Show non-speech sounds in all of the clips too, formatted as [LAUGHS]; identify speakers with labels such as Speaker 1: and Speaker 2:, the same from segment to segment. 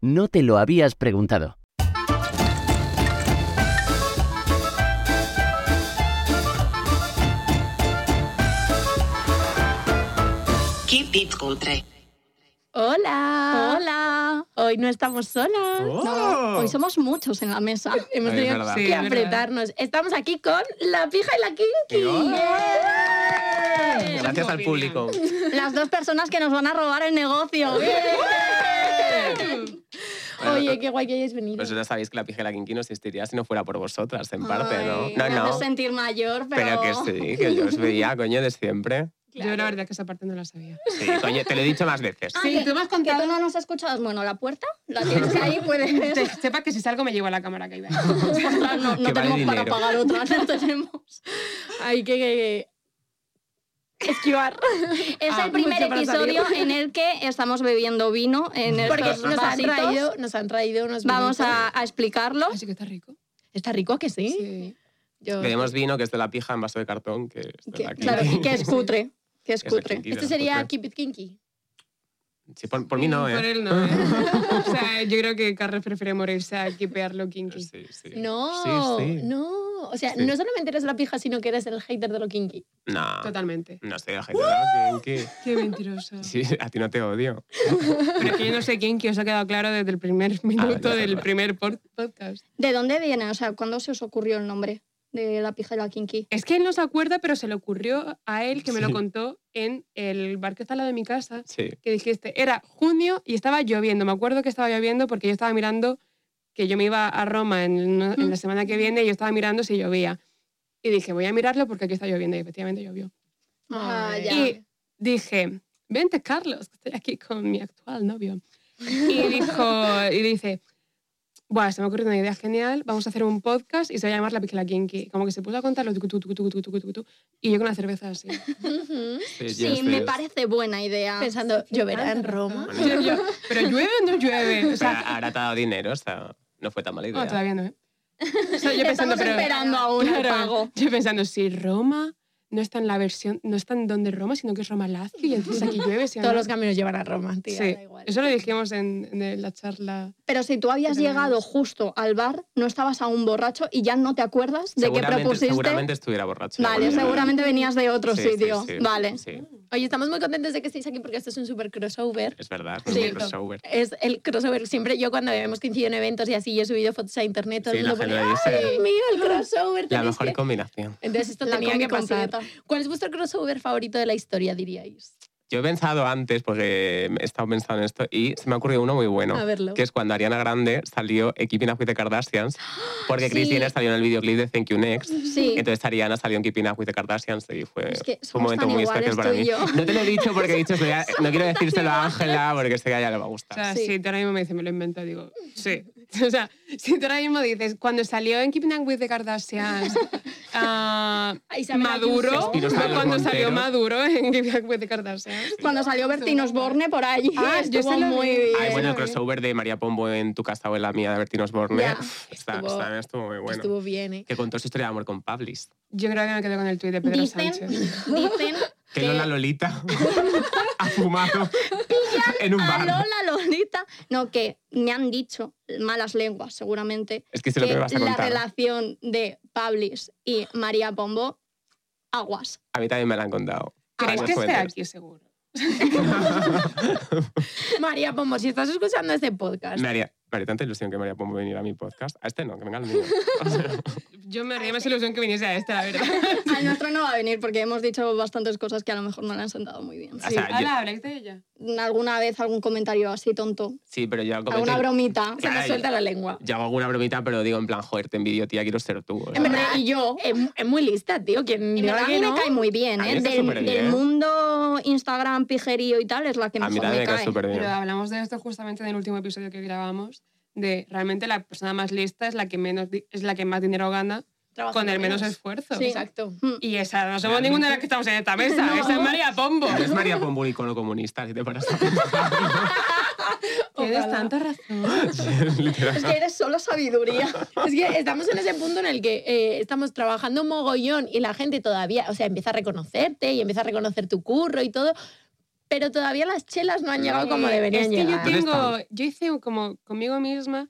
Speaker 1: No te lo habías preguntado.
Speaker 2: Keep it culture.
Speaker 3: Hola.
Speaker 4: Hola.
Speaker 3: Hoy no estamos solas.
Speaker 5: Oh.
Speaker 4: No, hoy somos muchos pues, en la mesa.
Speaker 3: Hemos
Speaker 5: Es
Speaker 3: tenido
Speaker 5: verdad.
Speaker 3: que
Speaker 4: Sí, es verdad.
Speaker 3: apretarnos. Estamos aquí con la pija y la kinky.
Speaker 5: ¡Bien! Gracias al público.
Speaker 4: Las dos personas que nos van a robar el negocio.
Speaker 5: Bueno, pues
Speaker 3: Oye, qué guay que hayáis venido.
Speaker 5: Vosotras sabéis que la pijera Kinky no existiría si no fuera por vosotras, en parte, ¿no?
Speaker 4: Ay,
Speaker 5: No,
Speaker 4: me haces
Speaker 5: no.
Speaker 4: sentir mayor, pero...
Speaker 5: Pero que sí, que yo os veía, coño, de siempre.
Speaker 3: Claro.
Speaker 6: Yo la verdad que esa parte no la sabía.
Speaker 5: Sí, coño, te lo he dicho más veces.
Speaker 4: Ah,
Speaker 6: Sí,
Speaker 4: que-
Speaker 6: tú me has
Speaker 4: Que tú
Speaker 6: contado.
Speaker 4: no nos escuchabas. Bueno, la puerta la tienes ahí,
Speaker 5: [LAUGHS]
Speaker 4: puedes...
Speaker 6: [LAUGHS] [LAUGHS] Te- Sepas que si salgo me llevo a la cámara [LAUGHS] que iba.
Speaker 4: Ostras, no, no
Speaker 5: Que vale
Speaker 4: tenemos para
Speaker 5: dinero.
Speaker 4: pagar otra, no tenemos.
Speaker 3: Hay que, que- que esquivar.
Speaker 4: Es
Speaker 6: Ah,
Speaker 4: el primer
Speaker 3: mucho para
Speaker 4: episodio
Speaker 3: salir.
Speaker 4: en el que estamos bebiendo vino [LAUGHS] en
Speaker 3: Porque
Speaker 4: estos
Speaker 3: nos han,
Speaker 4: vasitos.
Speaker 3: traído, nos han traído unos
Speaker 4: Vamos
Speaker 3: vinitos.
Speaker 4: a, a explicarlo.
Speaker 6: Así Ah, que está rico.
Speaker 3: ¿Está rico que sí?
Speaker 6: Sí.
Speaker 3: Yo-
Speaker 5: Tenemos vino que es de la pija en vaso de cartón, que es de
Speaker 4: Que,
Speaker 5: la
Speaker 4: claro,
Speaker 5: Kinky.
Speaker 4: que es cutre. Que es
Speaker 5: Es de
Speaker 4: cutre.
Speaker 5: Kinky.
Speaker 3: Este sería Keep It Kinky.
Speaker 5: Sí, por, por mí no,
Speaker 6: Por
Speaker 5: ¿eh?
Speaker 6: él no, ¿eh? [LAUGHS] O sea, yo creo que Carlos prefiere morirse a kipearlo kinky.
Speaker 5: Sí, sí.
Speaker 3: No,
Speaker 5: Sí, sí.
Speaker 3: Oh, no. O sea,
Speaker 5: Sí.
Speaker 3: no solamente eres la pija, sino que eres el hater de lo kinky.
Speaker 5: No,
Speaker 6: Totalmente.
Speaker 5: no estoy de gente, ¿no? Kinky.
Speaker 6: Qué mentiroso.
Speaker 5: Sí, a ti no te odio.
Speaker 6: Pero que yo no sé quién que os ha quedado claro desde el primer minuto
Speaker 5: Ah, ya está
Speaker 6: del
Speaker 5: claro.
Speaker 6: primer por- podcast.
Speaker 4: ¿De dónde viene? O sea, ¿cuándo se os ocurrió el nombre de la pija y la kinky?
Speaker 6: Es que él no se acuerda, pero se le ocurrió a él que me
Speaker 5: Sí.
Speaker 6: lo contó en el bar que está al lado de mi casa.
Speaker 5: Sí.
Speaker 6: que dijiste, era junio y estaba lloviendo. Me acuerdo que estaba lloviendo porque yo estaba mirando que yo me iba a Roma en, una- en la semana que viene y yo estaba mirando si llovía. Y dije, voy a mirarlo porque aquí está lloviendo y efectivamente llovió.
Speaker 3: Ah, ya.
Speaker 6: Y dije, vente Carlos, que estoy aquí con mi actual novio. Y dijo, y dice, bueno, se me ha ocurrido una idea genial, vamos a hacer un podcast y se va a llamar La Pixela Kinky. Como que se puso a contarlo, tucu, tucu, tucu, tucu, tucu, tucu, tucu, y yo con la cerveza así.
Speaker 3: Ujú.
Speaker 5: Sí,
Speaker 4: Sí, me parece buena idea.
Speaker 3: Pensando, ¿lloverá en Roma?
Speaker 5: Bueno,
Speaker 6: Yo- yo, pero llueve o no llueve. O
Speaker 5: pero
Speaker 6: sea,
Speaker 5: ahora te ha dado dinero, o sea, no fue tan mala idea.
Speaker 6: No,
Speaker 4: [LAUGHS]
Speaker 6: todavía no. ¿eh? O sea, yo
Speaker 4: Estamos
Speaker 6: pensando, pero,
Speaker 4: esperando aún el
Speaker 6: Claro,
Speaker 4: pago.
Speaker 6: Yo pensando, si Roma no está en la versión, no está en donde Roma, sino que es Roma Lazio y entonces aquí llueve. ¿sí o
Speaker 3: Todos
Speaker 6: no?
Speaker 3: los caminos llevan a Roma, tía.
Speaker 6: Sí,
Speaker 3: da igual.
Speaker 6: eso lo dijimos en, en la charla.
Speaker 4: Pero si tú habías
Speaker 6: Pero-
Speaker 4: llegado justo al bar, no estabas aún borracho y ya no te acuerdas de que
Speaker 5: Seguramente-
Speaker 4: propusiste.
Speaker 5: Seguramente estuviera borracho.
Speaker 4: Vale,
Speaker 5: Bueno,
Speaker 4: seguramente venías de otro
Speaker 5: sí, sí,
Speaker 4: sitio.
Speaker 5: sí,
Speaker 4: vale.
Speaker 5: Sí,
Speaker 3: Oye, estamos muy contentos de que estéis aquí porque esto es un super crossover.
Speaker 5: es verdad.
Speaker 3: Sí.
Speaker 5: Es un crossover.
Speaker 3: Es el crossover. Siempre yo cuando hemos coincidido en eventos y así, yo he subido fotos a internet, todo
Speaker 5: Sí,
Speaker 3: el
Speaker 5: la
Speaker 3: mundo pone,
Speaker 5: gente lo
Speaker 3: ¡Ay,
Speaker 5: dice.
Speaker 3: Dios mío, el crossover!
Speaker 5: La
Speaker 3: tenéis
Speaker 5: mejor
Speaker 3: que-".
Speaker 5: combinación.
Speaker 3: Entonces esto
Speaker 4: La
Speaker 3: tenía que
Speaker 4: combi
Speaker 3: pasar.
Speaker 4: completa.
Speaker 3: ¿Cuál es vuestro crossover favorito de la historia, diríais?
Speaker 5: Yo he pensado antes, porque he estado pensando en esto, y se me ha ocurrido uno muy bueno.
Speaker 3: A verlo.
Speaker 5: Que es cuando Ariana Grande salió Keeping Up with the Kardashians,
Speaker 4: [GASPS]
Speaker 5: porque
Speaker 4: Sí.
Speaker 5: Chris Jenner salió en el videoclip de Thank You Next.
Speaker 4: Sí.
Speaker 5: Entonces Ariana salió en Keeping Up with the Kardashians y fue,
Speaker 4: Es que
Speaker 5: fue un
Speaker 4: somos
Speaker 5: momento
Speaker 4: tan
Speaker 5: muy
Speaker 4: iguales
Speaker 5: especial para
Speaker 4: tú y
Speaker 5: mí.
Speaker 4: yo.
Speaker 5: No te lo he dicho porque he dicho,
Speaker 4: [LAUGHS]
Speaker 5: se lo voy a- no quiero decírselo a Ángela porque sé que a ella le va a
Speaker 6: O
Speaker 5: gustar.
Speaker 6: sea,
Speaker 3: Sí.
Speaker 6: si tú ahora mismo me dices, me lo invento, digo, sí. [LAUGHS] O sea, si tú ahora mismo dices, cuando salió en Keeping Up with the
Speaker 4: [LAUGHS]
Speaker 6: Kardashians, ah,
Speaker 3: Isabel
Speaker 6: Maduro,
Speaker 5: Ayuso.
Speaker 6: o
Speaker 5: Espinosa
Speaker 6: cuando
Speaker 5: Montero.
Speaker 6: salió Maduro en Keeping Up with the Kardashians.
Speaker 4: Cuando salió Bertín Osborne por allí, [LAUGHS]
Speaker 6: Ah, yo
Speaker 4: estuvo
Speaker 6: se lo
Speaker 4: muy
Speaker 6: vi.
Speaker 4: bien.
Speaker 5: Ay, bueno, el
Speaker 6: Bien.
Speaker 5: crossover de María Pombo en tu casa o en la mía de Bertín Osborne
Speaker 3: Ya,
Speaker 5: [LAUGHS] está,
Speaker 3: estuvo-
Speaker 5: está- estuvo muy bueno.
Speaker 3: Estuvo bien, ¿eh?
Speaker 5: Que contó su historia de amor con Pablis.
Speaker 6: Yo creo que me quedo con el tuit de Pedro
Speaker 4: Dicen, [LAUGHS] [LAUGHS]
Speaker 6: Sánchez.
Speaker 4: dicen
Speaker 5: Que
Speaker 4: que
Speaker 5: Lola Lolita [LAUGHS] ha fumado en un
Speaker 4: a
Speaker 5: bar.
Speaker 4: Lola Lolita, no, que me han dicho malas lenguas seguramente,
Speaker 5: Es que se lo que
Speaker 4: que
Speaker 5: me vas a
Speaker 4: la
Speaker 5: contar.
Speaker 4: relación de Pablis y María Pombo, aguas.
Speaker 5: A mí también me la
Speaker 4: [LAUGHS]
Speaker 5: han contado. Varias
Speaker 6: ¿Creéis Ah, que esté
Speaker 5: fuentes.
Speaker 6: aquí seguro?
Speaker 3: [LAUGHS] María Pombo, si estás escuchando este podcast,
Speaker 5: Me haría, me haría tanta ilusión que María Pombo viniera a mi podcast. A este no, que venga al mío.
Speaker 4: [LAUGHS]
Speaker 6: Yo me haría más ilusión que viniese a este, la verdad.
Speaker 4: Al nuestro no va a venir porque hemos dicho bastantes cosas que a lo mejor no le han sentado muy bien.
Speaker 5: O sea, yo-
Speaker 6: Hola, habláis de ella.
Speaker 4: Alguna vez algún comentario así tonto,
Speaker 5: sí, pero yo comento-
Speaker 4: alguna bromita.
Speaker 3: se me
Speaker 5: Ay.
Speaker 3: suelta la lengua.
Speaker 5: yo hago alguna bromita, pero digo en plan, joder, te envidio, tía, quiero ser tú. o sea.
Speaker 3: En verdad,
Speaker 4: Hombre, y yo,
Speaker 3: Es, es muy lista, tío. Quien
Speaker 4: en
Speaker 3: diga
Speaker 4: verdad a
Speaker 3: que
Speaker 4: mí me
Speaker 3: no-
Speaker 4: cae muy bien,
Speaker 5: A mí
Speaker 4: ¿eh?
Speaker 5: está
Speaker 4: Del,
Speaker 5: superbién.
Speaker 4: del mundo Instagram, pijerío y tal, es la que
Speaker 5: A mí
Speaker 4: mejor
Speaker 5: también
Speaker 4: me
Speaker 5: me cae
Speaker 4: cae.
Speaker 5: súper bien.
Speaker 6: Pero hablamos de esto justamente en el último episodio que grabamos, de realmente la persona más lista es la que, menos, di- es la que más dinero gana con el menos esfuerzo.
Speaker 4: Sí.
Speaker 3: Exacto.
Speaker 6: Y esa, no somos
Speaker 5: Realmente-
Speaker 6: ninguna de las que estamos en esta mesa,
Speaker 4: No.
Speaker 6: esa es María
Speaker 5: [LAUGHS]
Speaker 6: Pombo.
Speaker 5: Es María Pombo un icono comunista, si te paras
Speaker 4: [LAUGHS]
Speaker 5: a [LAUGHS]
Speaker 6: Tienes
Speaker 3: Ojalá.
Speaker 6: tanta razón.
Speaker 5: pensar, literal.
Speaker 4: Es que eres solo sabiduría.
Speaker 3: Es que estamos en ese punto en el que eh, estamos trabajando un mogollón y la gente todavía, o sea, empieza a reconocerte y empieza a reconocer tu curro y todo, pero todavía las chelas no han llegado como
Speaker 6: Eh,
Speaker 3: deberían
Speaker 6: es que yo
Speaker 3: llegar.
Speaker 5: ¿Dónde
Speaker 6: tengo, yo hice un- como conmigo misma,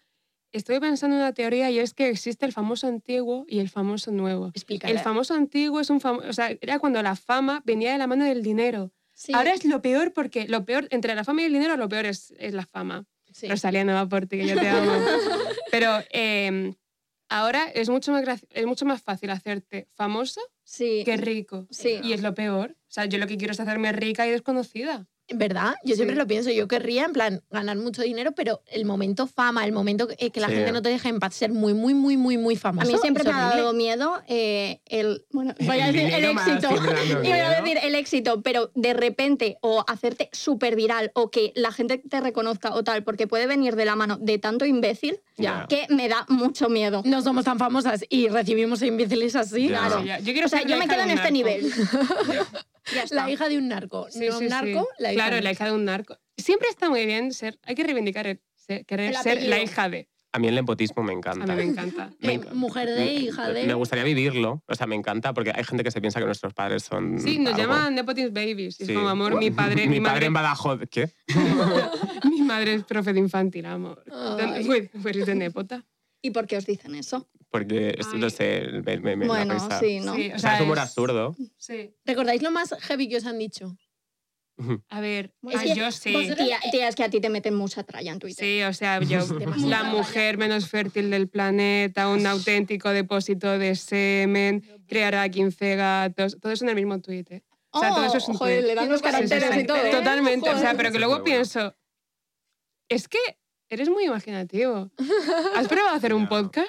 Speaker 6: estoy pensando en una teoría y es que existe el famoso antiguo y el famoso nuevo.
Speaker 3: Explícala.
Speaker 6: El famoso antiguo es un famoso, o sea, era cuando la fama venía de la mano del dinero.
Speaker 3: Sí,
Speaker 6: Ahora es lo peor porque lo peor, entre la fama y el dinero, lo peor es, es la fama.
Speaker 3: sí.
Speaker 6: Rosalía, no va por ti, que yo
Speaker 4: [LAUGHS]
Speaker 6: te amo. Pero eh, ahora es mucho, más graci- es mucho más fácil hacerte famosa
Speaker 4: Sí.
Speaker 6: que rico.
Speaker 4: Sí.
Speaker 6: Y es lo peor. O sea, yo lo que quiero es hacerme rica y desconocida.
Speaker 3: En ¿Verdad? Yo
Speaker 6: Sí.
Speaker 3: siempre lo pienso. Yo querría, en plan, ganar mucho dinero, pero el momento fama, el momento que, eh, que la
Speaker 5: Sí.
Speaker 3: gente no te deja en paz, ser muy, muy, muy, muy, muy
Speaker 4: A
Speaker 3: famoso.
Speaker 4: mí siempre
Speaker 3: es
Speaker 4: me ha
Speaker 3: horrible.
Speaker 4: dado miedo eh, el,
Speaker 5: [LAUGHS]
Speaker 4: bueno,
Speaker 6: [LAUGHS]
Speaker 4: voy a decir el
Speaker 5: dinero más
Speaker 4: éxito.
Speaker 5: siempre dando
Speaker 4: Iba a
Speaker 5: miedo.
Speaker 4: decir el éxito, pero de repente o hacerte súper viral o que la gente te reconozca o tal, porque puede venir de la mano de tanto imbécil
Speaker 5: Ya.
Speaker 4: que me da mucho miedo.
Speaker 3: No somos tan famosas y recibimos imbéciles así.
Speaker 5: Ya. Claro.
Speaker 6: O sea, yo quiero
Speaker 4: O sea,
Speaker 6: ser
Speaker 4: yo
Speaker 6: la
Speaker 4: me
Speaker 6: hija
Speaker 4: quedo
Speaker 6: de
Speaker 4: en
Speaker 6: un
Speaker 4: este
Speaker 6: narco.
Speaker 4: nivel.
Speaker 3: [LAUGHS]
Speaker 4: ya está.
Speaker 3: La hija de un narco.
Speaker 6: Sí,
Speaker 3: no
Speaker 6: sí, sí.
Speaker 3: un narco, la hija
Speaker 6: claro,
Speaker 3: de un-
Speaker 6: la hija de un narco. Siempre está muy bien ser, hay que reivindicar el- ser- querer
Speaker 4: El
Speaker 6: ser la
Speaker 4: apellido.
Speaker 6: hija de.
Speaker 5: A mí el nepotismo me
Speaker 6: A
Speaker 5: encanta.
Speaker 6: mí me encanta.
Speaker 3: Eh, mujer de, hija de.
Speaker 5: Me gustaría vivirlo, o sea, me encanta porque hay gente que se piensa que nuestros padres son.
Speaker 6: Sí, nos
Speaker 5: algo.
Speaker 6: llaman Nepotis Babies. y Es
Speaker 5: Sí.
Speaker 6: como, amor, mi padre, mi,
Speaker 5: [LAUGHS] mi padre
Speaker 6: madre,
Speaker 5: en Badajoz. ¿Qué?
Speaker 6: mi madre es profe de infantil, amor.
Speaker 3: Ay.
Speaker 6: Fueres pues de nepota.
Speaker 4: ¿Y por qué os dicen eso?
Speaker 5: Porque, es-
Speaker 6: Ay.
Speaker 5: no sé, me, me, me da
Speaker 4: bueno,
Speaker 5: risa.
Speaker 4: sí, ¿no?
Speaker 6: Sí,
Speaker 5: O sea, es humor absurdo. [LAUGHS]
Speaker 6: Sí.
Speaker 3: ¿Recordáis lo más heavy que os han dicho?
Speaker 6: A ver,
Speaker 4: Es
Speaker 6: ay,
Speaker 4: que
Speaker 6: yo sí.
Speaker 3: vosotros-
Speaker 4: Pues, Tía, tía, es que a ti te meten mucha tralla en Twitter.
Speaker 6: Sí, o sea, yo,
Speaker 3: Demasiado.
Speaker 6: la mujer menos fértil del planeta, un auténtico depósito de semen, creará 15 gatos, todo eso en el mismo tuit. ¿eh? O sea, todo eso es un tuit.
Speaker 4: Oh, le dan los
Speaker 6: Sí, sí, sí.
Speaker 4: caracteres y todo. ¿eh?
Speaker 6: Totalmente, o sea,
Speaker 4: Joder.
Speaker 6: pero
Speaker 5: Sí,
Speaker 6: que luego
Speaker 5: pero bueno.
Speaker 6: pienso, es que eres muy imaginativo. ¿Has probado a hacer un
Speaker 5: Ya.
Speaker 6: podcast?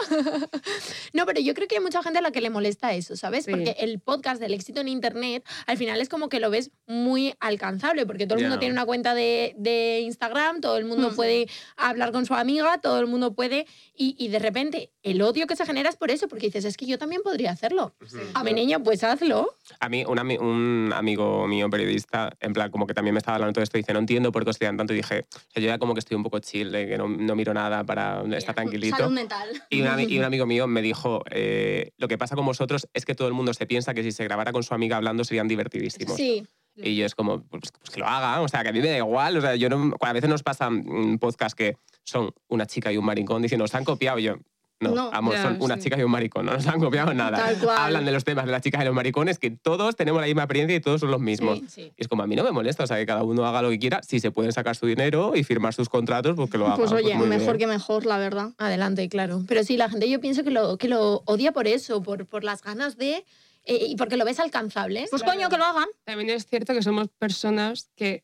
Speaker 3: No, pero yo creo que hay mucha gente a la que le molesta eso, ¿sabes?
Speaker 6: Sí.
Speaker 3: Porque el podcast del éxito en internet, al final es como que lo ves muy alcanzable, porque todo el mundo
Speaker 5: Ya.
Speaker 3: tiene una cuenta de, de Instagram, todo el mundo
Speaker 4: Mm.
Speaker 3: puede hablar con su amiga, todo el mundo puede. Y, y de repente, el odio que se genera es por eso, porque dices, es que yo también podría hacerlo. A mi niña, pues hazlo.
Speaker 5: A mí, un, ami- un amigo mío periodista, en plan, como que también me estaba hablando de todo esto, dice, no entiendo por qué os tiran tanto. Y dije, o sea, yo ya como que estoy un poco chill, de que no, no miro nada para estar tranquilito.
Speaker 4: Salud mental.
Speaker 5: Y, un ami- y un amigo mío me dijo, eh, lo que pasa con vosotros es que todo el mundo se piensa que si se grabara con su amiga hablando serían divertidísimos.
Speaker 4: Sí.
Speaker 5: Y yo es como, pues, pues que lo haga, o sea, que a mí me da igual. O sea, yo no, a veces nos pasan mm, podcasts que son una chica y un maricón diciendo, nos han copiado y yo. No,
Speaker 4: No,
Speaker 5: amor,
Speaker 6: ya,
Speaker 5: son una
Speaker 6: sí.
Speaker 5: chica y un maricón, no nos han copiado nada.
Speaker 4: Tal cual.
Speaker 5: Hablan de los temas de las chicas y los maricones, que todos tenemos la misma apariencia y todos son los mismos.
Speaker 3: sí.
Speaker 5: Y es como, a mí no me molesta, o sea, que cada uno haga lo que quiera. Si se pueden sacar su dinero y firmar sus contratos, pues que lo haga.
Speaker 4: Pues oye,
Speaker 5: muy
Speaker 4: mejor
Speaker 5: bien.
Speaker 4: que mejor, la verdad.
Speaker 3: Adelante, claro. Pero sí, la gente yo pienso que lo, que lo odia por eso, por, por las ganas de... eh, y porque lo ves alcanzable.
Speaker 4: Pues
Speaker 6: Claro.
Speaker 4: coño, que lo hagan.
Speaker 6: También es cierto que somos personas que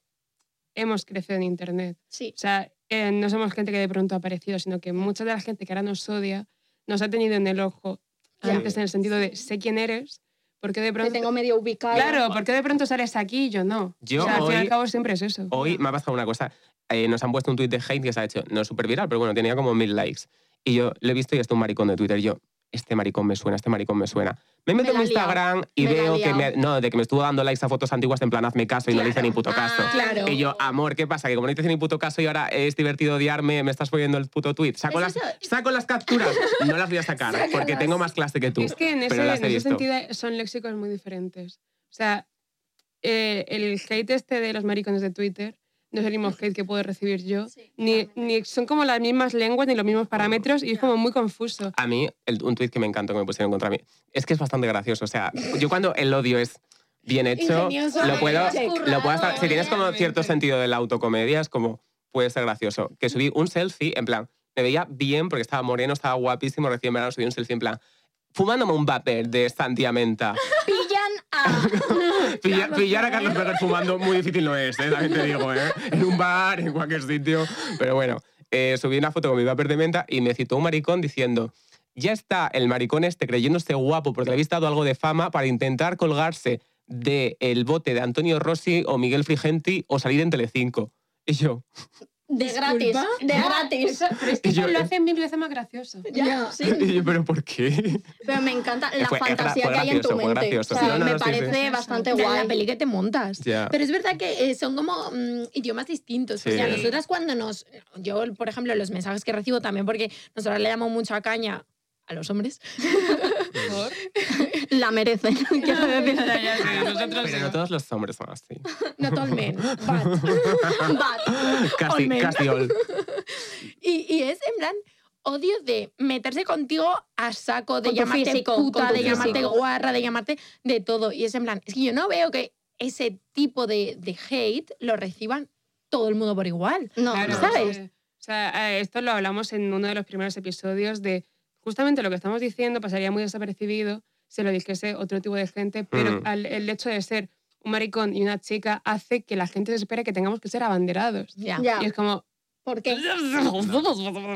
Speaker 6: hemos crecido en Internet.
Speaker 4: Sí.
Speaker 6: O sea, eh, no somos gente que de pronto ha aparecido, sino que mucha de la gente que ahora nos odia nos ha tenido en el ojo
Speaker 5: Ya.
Speaker 6: antes en el sentido de sé quién eres, porque de
Speaker 4: Te
Speaker 6: pronto...
Speaker 4: tengo medio ubicado.
Speaker 6: Claro, porque de pronto sales aquí y yo no.
Speaker 5: Yo
Speaker 6: o sea, al fin y
Speaker 5: hoy-
Speaker 6: al cabo siempre es eso.
Speaker 5: Hoy me ha pasado una cosa. Eh, nos han puesto un tuit de hate que se ha hecho, no súper viral, pero bueno, tenía como mil likes. Y yo lo he visto y está un maricón de Twitter. y Yo, este maricón me suena, este maricón me suena. Me meto
Speaker 4: Me la
Speaker 5: en
Speaker 4: ha liado.
Speaker 5: Instagram y
Speaker 4: Me la ha
Speaker 5: veo que me,
Speaker 4: liado.
Speaker 5: no, de que me estuvo dando likes a fotos antiguas en plan hazme caso y no le hice ni puto caso.
Speaker 4: Ah,
Speaker 3: Claro.
Speaker 5: Y yo, amor, ¿qué pasa? Que como no te hice ni puto caso y ahora es divertido odiarme, me estás poniendo el puto tweet. Saco,
Speaker 3: Es
Speaker 5: las, saco las capturas. No las voy
Speaker 4: [LAUGHS]
Speaker 5: a sacar porque tengo más clase que tú.
Speaker 6: Es que en ese,
Speaker 5: pero las
Speaker 6: en
Speaker 5: he visto.
Speaker 6: ese sentido son léxicos muy diferentes. O sea, eh, el hate este de los maricones de Twitter no es el mismo hate que puedo recibir yo. Ni, ni son como las mismas lenguas ni los mismos parámetros y es como muy confuso.
Speaker 5: A mí, el- un tuit que me encantó que me pusieron contra mí, es que es bastante gracioso. O sea, yo cuando el odio es bien hecho,
Speaker 3: Ingenioso,
Speaker 5: lo puedo,
Speaker 3: check.
Speaker 5: lo puedo hasta- si tienes como
Speaker 6: Obviamente.
Speaker 5: cierto sentido de la autocomedia, es como, puede ser gracioso. Que subí un selfie, en plan, me veía bien porque estaba moreno, estaba guapísimo, recién verano subí un selfie en plan, fumándome un vapor de Santiamenta.
Speaker 4: Pillan a.
Speaker 5: Pilla- pillar a Carlos Berger fumando muy difícil no es, ¿eh? también te digo, ¿eh? en un bar, en cualquier sitio. Pero bueno, eh, subí una foto con mi vapor de menta y me citó un maricón diciendo, ya está el maricón este creyéndose guapo porque le habéis dado algo de fama para intentar colgarse de El bote de Antonio Rossi o Miguel Frigenti o salir en Telecinco. Y yo,
Speaker 4: De gratis,
Speaker 6: Disculpa.
Speaker 4: de gratis.
Speaker 6: Eso- pero es que
Speaker 5: Yo- eh,
Speaker 6: eso lo hacen mil veces
Speaker 4: [LAUGHS]
Speaker 6: más gracioso.
Speaker 4: Ya,
Speaker 5: [LAUGHS]
Speaker 3: Ya.
Speaker 4: sí.
Speaker 5: y yo, ¿pero por qué?
Speaker 4: Pero me encanta la
Speaker 5: Fue- fue
Speaker 4: fantasía que
Speaker 5: gracioso,
Speaker 4: hay en tu
Speaker 5: fue
Speaker 4: mente.
Speaker 5: gracioso.
Speaker 4: O sea,
Speaker 5: Sí, no, no,
Speaker 4: me
Speaker 5: no, sí, sí.
Speaker 4: parece bastante
Speaker 3: Guay. La
Speaker 4: guay.
Speaker 3: peli que te montas.
Speaker 5: Ya.
Speaker 3: Pero es verdad que eh, son como mm, idiomas distintos. O
Speaker 5: Sí.
Speaker 3: sea, nosotras cuando nos... Yo, por ejemplo, los mensajes que recibo también, porque nosotras le damos mucha caña a los hombres. [LAUGHS]
Speaker 4: [LAUGHS]
Speaker 6: Por-
Speaker 4: La
Speaker 6: [LAUGHS]
Speaker 4: merecen. quiero decir.
Speaker 5: Pero no todos los hombres son así.
Speaker 3: No todo el men, but.
Speaker 4: But,
Speaker 5: [LAUGHS] Casi,
Speaker 3: Olmen.
Speaker 5: casi all.
Speaker 3: Y, y es en plan odio de meterse contigo a saco, de
Speaker 4: Con tu
Speaker 3: llamarte
Speaker 4: físico,
Speaker 3: puta,
Speaker 4: con tu
Speaker 3: de llamarte
Speaker 4: físico.
Speaker 3: guarra, de llamarte de todo. Y es en plan, es que yo no veo que ese tipo de, de hate lo reciban todo el mundo por igual.
Speaker 4: No,
Speaker 6: Claro,
Speaker 4: ¿sabes?
Speaker 6: sí. O sea, eh, esto lo hablamos en uno de los primeros episodios de justamente lo que estamos diciendo pasaría muy desapercibido si lo dijese otro tipo de gente,
Speaker 5: Mm.
Speaker 6: pero al- el hecho de ser un maricón y una chica hace que la gente se espere que tengamos que ser abanderados.
Speaker 3: Ya.
Speaker 4: Ya.
Speaker 6: Y es como...
Speaker 4: ¿Por qué?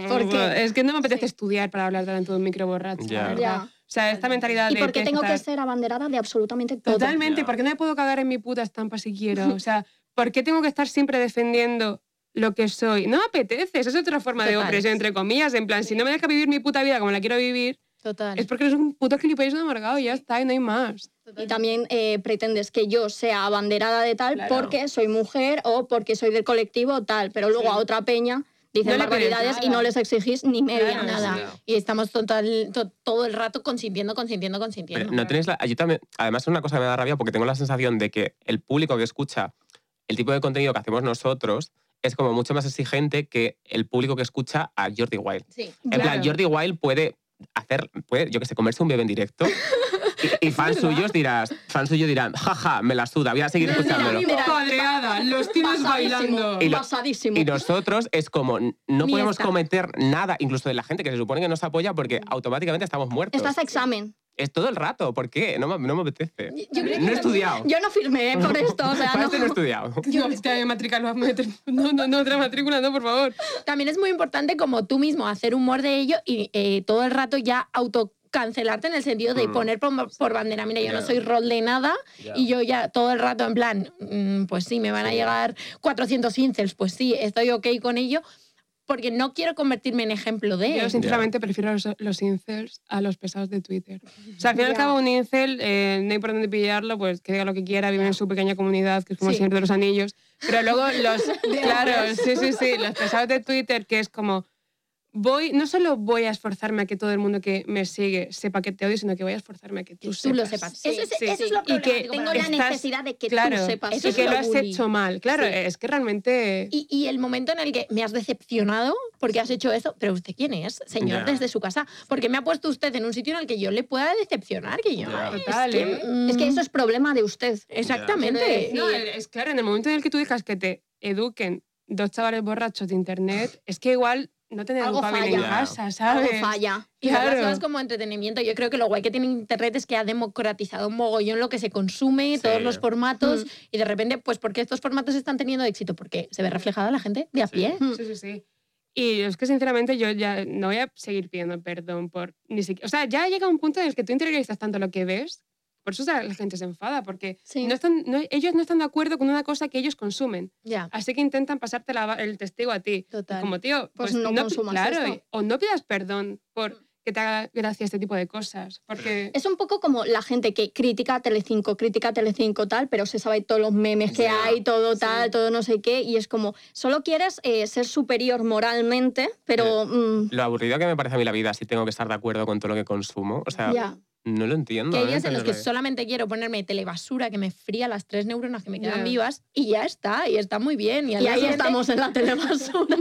Speaker 6: Porque es que no me apetece estudiar para hablar delante de un micro borracho.
Speaker 5: Ya.
Speaker 6: la verdad.
Speaker 4: Ya.
Speaker 6: O sea, esta mentalidad
Speaker 4: ¿Y
Speaker 6: de...
Speaker 4: por qué tengo que
Speaker 6: estar-
Speaker 4: ser abanderada de absolutamente todo?
Speaker 6: Totalmente,
Speaker 5: Ya.
Speaker 6: ¿por qué no me puedo cagar en mi puta estampa si
Speaker 4: [LAUGHS]
Speaker 6: quiero? O sea, ¿por qué tengo que estar siempre defendiendo lo que soy? No me apetece, esa es otra forma de
Speaker 3: Total.
Speaker 6: opresión, entre comillas, en plan, si no me deja vivir mi puta vida como la quiero vivir,
Speaker 3: Total.
Speaker 6: es porque eres un puto gilipollas un amargado y ya está, y no hay más.
Speaker 4: Y también eh, pretendes que yo sea abanderada de tal
Speaker 5: Claro.
Speaker 4: porque soy mujer o porque soy del colectivo o tal, pero luego
Speaker 6: Sí.
Speaker 4: a otra peña dicen
Speaker 6: No le pides
Speaker 4: barbaridades y
Speaker 6: nada.
Speaker 4: no les exigís ni media
Speaker 6: Claro,
Speaker 4: nada.
Speaker 6: sí.
Speaker 3: Y estamos total, to- todo el rato consintiendo, consintiendo, consintiendo.
Speaker 5: Pero no tenéis la, yo también, además es una cosa que me da rabia porque tengo la sensación de que el público que escucha el tipo de contenido que hacemos nosotros es como mucho más exigente que el público que escucha a Jordi Wild.
Speaker 3: Sí.
Speaker 5: En
Speaker 6: Claro.
Speaker 5: plan, Jordi Wild puede hacer, puede, yo que sé, comerse un bebé en directo y, y fans suyos dirás, fans suyos dirán, jaja, me la suda, voy a seguir
Speaker 4: No, no,
Speaker 5: escuchándolo.
Speaker 4: mira, mira,
Speaker 6: Padreada, los tienes bailando.
Speaker 5: Y lo-
Speaker 4: Pasadísimo.
Speaker 5: Y nosotros es como, n- no
Speaker 4: Ni
Speaker 5: podemos
Speaker 4: esta.
Speaker 5: cometer nada, incluso de la gente que se supone que nos apoya, porque automáticamente estamos muertos.
Speaker 4: Estás a examen.
Speaker 5: Es todo el rato, ¿por qué? No me, no me apetece.
Speaker 3: Yo
Speaker 5: No
Speaker 3: creo que
Speaker 5: he
Speaker 3: también-
Speaker 5: estudiado.
Speaker 4: Yo no firmé
Speaker 5: [LAUGHS]
Speaker 4: por esto, o sea,
Speaker 5: Para
Speaker 4: no.
Speaker 5: esto no he estudiado.
Speaker 6: No, esta matrícula lo vamos a meter- No, no, no, otra matrícula, no, por favor.
Speaker 3: También es muy importante como tú mismo hacer humor de ello y eh, todo el rato ya autocancelarte en el sentido de
Speaker 5: Mm.
Speaker 3: poner por, por bandera, mira, yo no
Speaker 5: Ya.
Speaker 3: soy rol de nada y yo ya todo el rato en plan, "Mm, pues sí, me van a
Speaker 5: Sí.
Speaker 3: llegar 400 incels, pues sí, estoy ok con ello, porque no quiero convertirme en ejemplo de...
Speaker 6: Yo, sinceramente, prefiero a los, los incels a los pesados de
Speaker 3: [LAUGHS]
Speaker 6: Twitter. O sea, al fin y al
Speaker 4: Ya.
Speaker 6: cabo, un incel, eh, no hay por dónde pillarlo, pues que diga lo que quiera, vive en su pequeña comunidad, que es como
Speaker 3: Sí.
Speaker 6: siempre de los anillos. Pero luego
Speaker 3: [LAUGHS]
Speaker 6: los, claro, sí, sí, sí, los pesados de Twitter, que es como, voy, no solo voy a esforzarme a que todo el mundo que me sigue sepa que te odio, sino que voy a esforzarme a que tú,
Speaker 3: tú lo sepas.
Speaker 6: Sí,
Speaker 3: eso es,
Speaker 6: sí,
Speaker 3: eso
Speaker 6: sí.
Speaker 3: es lo
Speaker 6: Y que
Speaker 3: problemático
Speaker 4: Tengo
Speaker 3: para
Speaker 4: la
Speaker 3: mí.
Speaker 6: Estás-
Speaker 4: necesidad de que
Speaker 6: claro,
Speaker 4: tú sepas.
Speaker 3: Eso
Speaker 6: y
Speaker 3: es
Speaker 6: que
Speaker 3: lo
Speaker 6: lo has
Speaker 3: bullying.
Speaker 6: hecho mal. Claro,
Speaker 3: Sí.
Speaker 6: es que realmente...
Speaker 3: Y, y el momento en el que me has decepcionado porque has hecho eso, pero usted quién es,
Speaker 5: Ya.
Speaker 3: señor, desde su casa, porque me ha puesto usted en un sitio en el que yo le pueda decepcionar, que yo.
Speaker 5: Ya.
Speaker 3: ay, es
Speaker 6: Total,
Speaker 3: que,
Speaker 6: ¿eh?
Speaker 3: mm,
Speaker 4: Es que eso es problema de usted.
Speaker 3: Exactamente.
Speaker 4: Sí.
Speaker 6: No, es claro, en el momento en el que tú dejas que te eduquen dos chavales borrachos de internet, es que igual no te han
Speaker 4: Algo
Speaker 6: educado bien en
Speaker 5: falla.
Speaker 6: casa,
Speaker 4: Algo
Speaker 6: ¿sabes?
Speaker 4: falla.
Speaker 3: Y las
Speaker 6: Claro.
Speaker 3: cosas como entretenimiento. Yo creo que lo guay que tiene Internet es que ha democratizado un mogollón lo que se consume,
Speaker 5: Sí.
Speaker 3: todos los formatos.
Speaker 4: Mm.
Speaker 3: Y de repente, pues, ¿por qué estos formatos están teniendo éxito? Porque se ve reflejada la gente de a
Speaker 5: Sí.
Speaker 3: pie.
Speaker 4: Mm.
Speaker 6: Sí, sí, sí. Y es que sinceramente yo ya no voy a seguir pidiendo perdón por ni siquiera... O sea, ya llega un punto en el que tú interiorizas tanto lo que ves, por eso o sea, la gente se enfada, porque
Speaker 4: Sí.
Speaker 6: no están, no- ellos no están de acuerdo con una cosa que ellos consumen,
Speaker 3: Ya,
Speaker 6: así que intentan pasarte la- el testigo a ti.
Speaker 3: total.
Speaker 6: Como tío,
Speaker 4: Pues
Speaker 6: pues,
Speaker 4: no
Speaker 6: no, pi-
Speaker 4: consumas
Speaker 6: claro,
Speaker 4: esto. Mm.
Speaker 6: o no pidas perdón por que te haga gracia este tipo de cosas, porque
Speaker 4: Es un poco como la gente que critica a Telecinco, critica a Telecinco tal, pero se sabe todos los memes que
Speaker 5: Ya,
Speaker 4: hay, todo
Speaker 6: sí.
Speaker 4: tal, todo no sé qué, y es como, solo quieres eh, ser superior moralmente, pero... mm,
Speaker 5: Lo aburrido que me parece a mí la vida si tengo que estar de acuerdo con todo lo que consumo. O sea,
Speaker 4: ya.
Speaker 5: no lo entiendo. ¿eh?
Speaker 3: Que hay
Speaker 5: no
Speaker 3: días en los que
Speaker 5: entiendo
Speaker 3: solamente quiero ponerme telebasura que me fría las tres neuronas que me quedan
Speaker 6: Ya.
Speaker 3: vivas y ya está, y está muy bien. Y, al
Speaker 4: Y
Speaker 3: día
Speaker 4: ahí
Speaker 3: siguiente-
Speaker 4: estamos en
Speaker 3: [LAUGHS]
Speaker 4: la telebasura.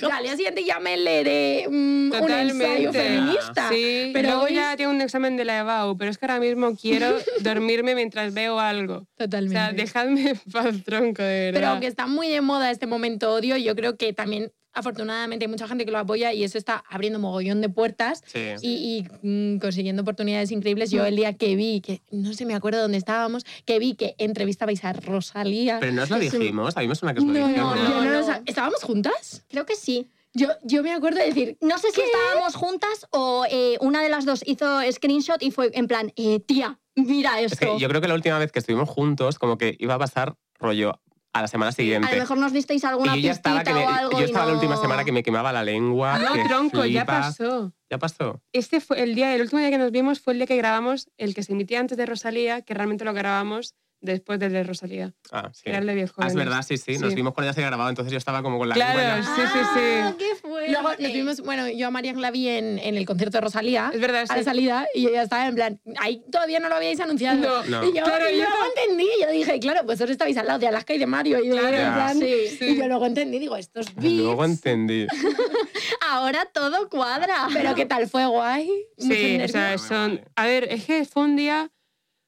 Speaker 3: y al día siguiente ya me leeré mm, un ensayo
Speaker 6: Totalmente.
Speaker 3: feminista.
Speaker 6: Sí,
Speaker 3: pero
Speaker 6: pero luego
Speaker 3: es-
Speaker 6: ya tengo un examen de la EBAU, pero es que ahora mismo [LAUGHS] quiero dormirme mientras veo algo. O
Speaker 3: Totalmente.
Speaker 6: sea, dejadme para el tronco, de verdad.
Speaker 3: Pero aunque está muy de moda este momento odio, yo creo que también afortunadamente hay mucha gente que lo apoya y eso está abriendo mogollón de puertas
Speaker 5: Sí.
Speaker 3: y, y, mm, consiguiendo oportunidades increíbles. Yo el día que vi, que no sé, me acuerdo dónde estábamos, que vi que entrevistabais a Rosalía.
Speaker 5: Pero no os lo
Speaker 4: Es un-
Speaker 5: dijimos, a mí me suena que os lo dijimos.
Speaker 4: no,
Speaker 3: Yo no
Speaker 4: no.
Speaker 3: lo sab- ¿Estábamos juntas?
Speaker 4: Creo que sí.
Speaker 3: Yo, yo me acuerdo de decir,
Speaker 4: No sé si estábamos juntas o eh, una de las dos hizo screenshot y fue en plan, eh, tía, mira
Speaker 5: Es
Speaker 4: esto.
Speaker 5: que yo creo que la última vez que estuvimos juntos, como que iba a pasar rollo a la semana siguiente.
Speaker 4: A lo mejor nos disteis alguna
Speaker 5: y yo ya estaba,
Speaker 4: pistita
Speaker 5: que me-
Speaker 4: o algo.
Speaker 5: yo
Speaker 4: y
Speaker 5: estaba la
Speaker 4: no-
Speaker 5: última semana que me quemaba la lengua.
Speaker 6: No,
Speaker 5: que
Speaker 6: tronco, ya
Speaker 5: flipas.
Speaker 6: pasó.
Speaker 5: Ya pasó.
Speaker 6: Este fue el día, el último día que nos vimos fue el día que grabamos el que se emitía antes de Rosalía, que realmente lo grabamos después del de Rosalía.
Speaker 5: Ah, sí.
Speaker 6: que Era el de viejo.
Speaker 5: Ah, es verdad, sí, sí, Nos
Speaker 6: Sí.
Speaker 5: vimos cuando ya se había grabado, entonces yo estaba como con la
Speaker 6: Claro,
Speaker 5: lengua. ya.
Speaker 6: sí, sí,
Speaker 3: Ah,
Speaker 6: sí.
Speaker 4: qué fuerte.
Speaker 3: luego nos vimos, bueno, yo a Marian la vi en, en el concierto de Rosalía.
Speaker 6: Ah, Es verdad,
Speaker 3: a la
Speaker 6: sí.
Speaker 3: salida y ella estaba en plan, ahí todavía no lo habíais anunciado.
Speaker 6: No.
Speaker 5: No.
Speaker 3: [LAUGHS] Y yo,
Speaker 6: Claro,
Speaker 3: y
Speaker 6: yo
Speaker 3: luego
Speaker 6: no.
Speaker 3: entendí, yo dije, claro, vosotros estabais al lado de Alaska y de Mario. Y, de-
Speaker 6: Claro,
Speaker 3: en plan,
Speaker 6: sí, sí.
Speaker 3: y yo luego entendí, digo, estos
Speaker 5: Luego
Speaker 3: beats,
Speaker 5: entendí.
Speaker 4: Ahora todo cuadra.
Speaker 3: pero qué tal fue guay. Muchos
Speaker 6: Sí, o
Speaker 3: nervios.
Speaker 6: sea,
Speaker 5: nervios.
Speaker 6: son... A ver, es que fue un día...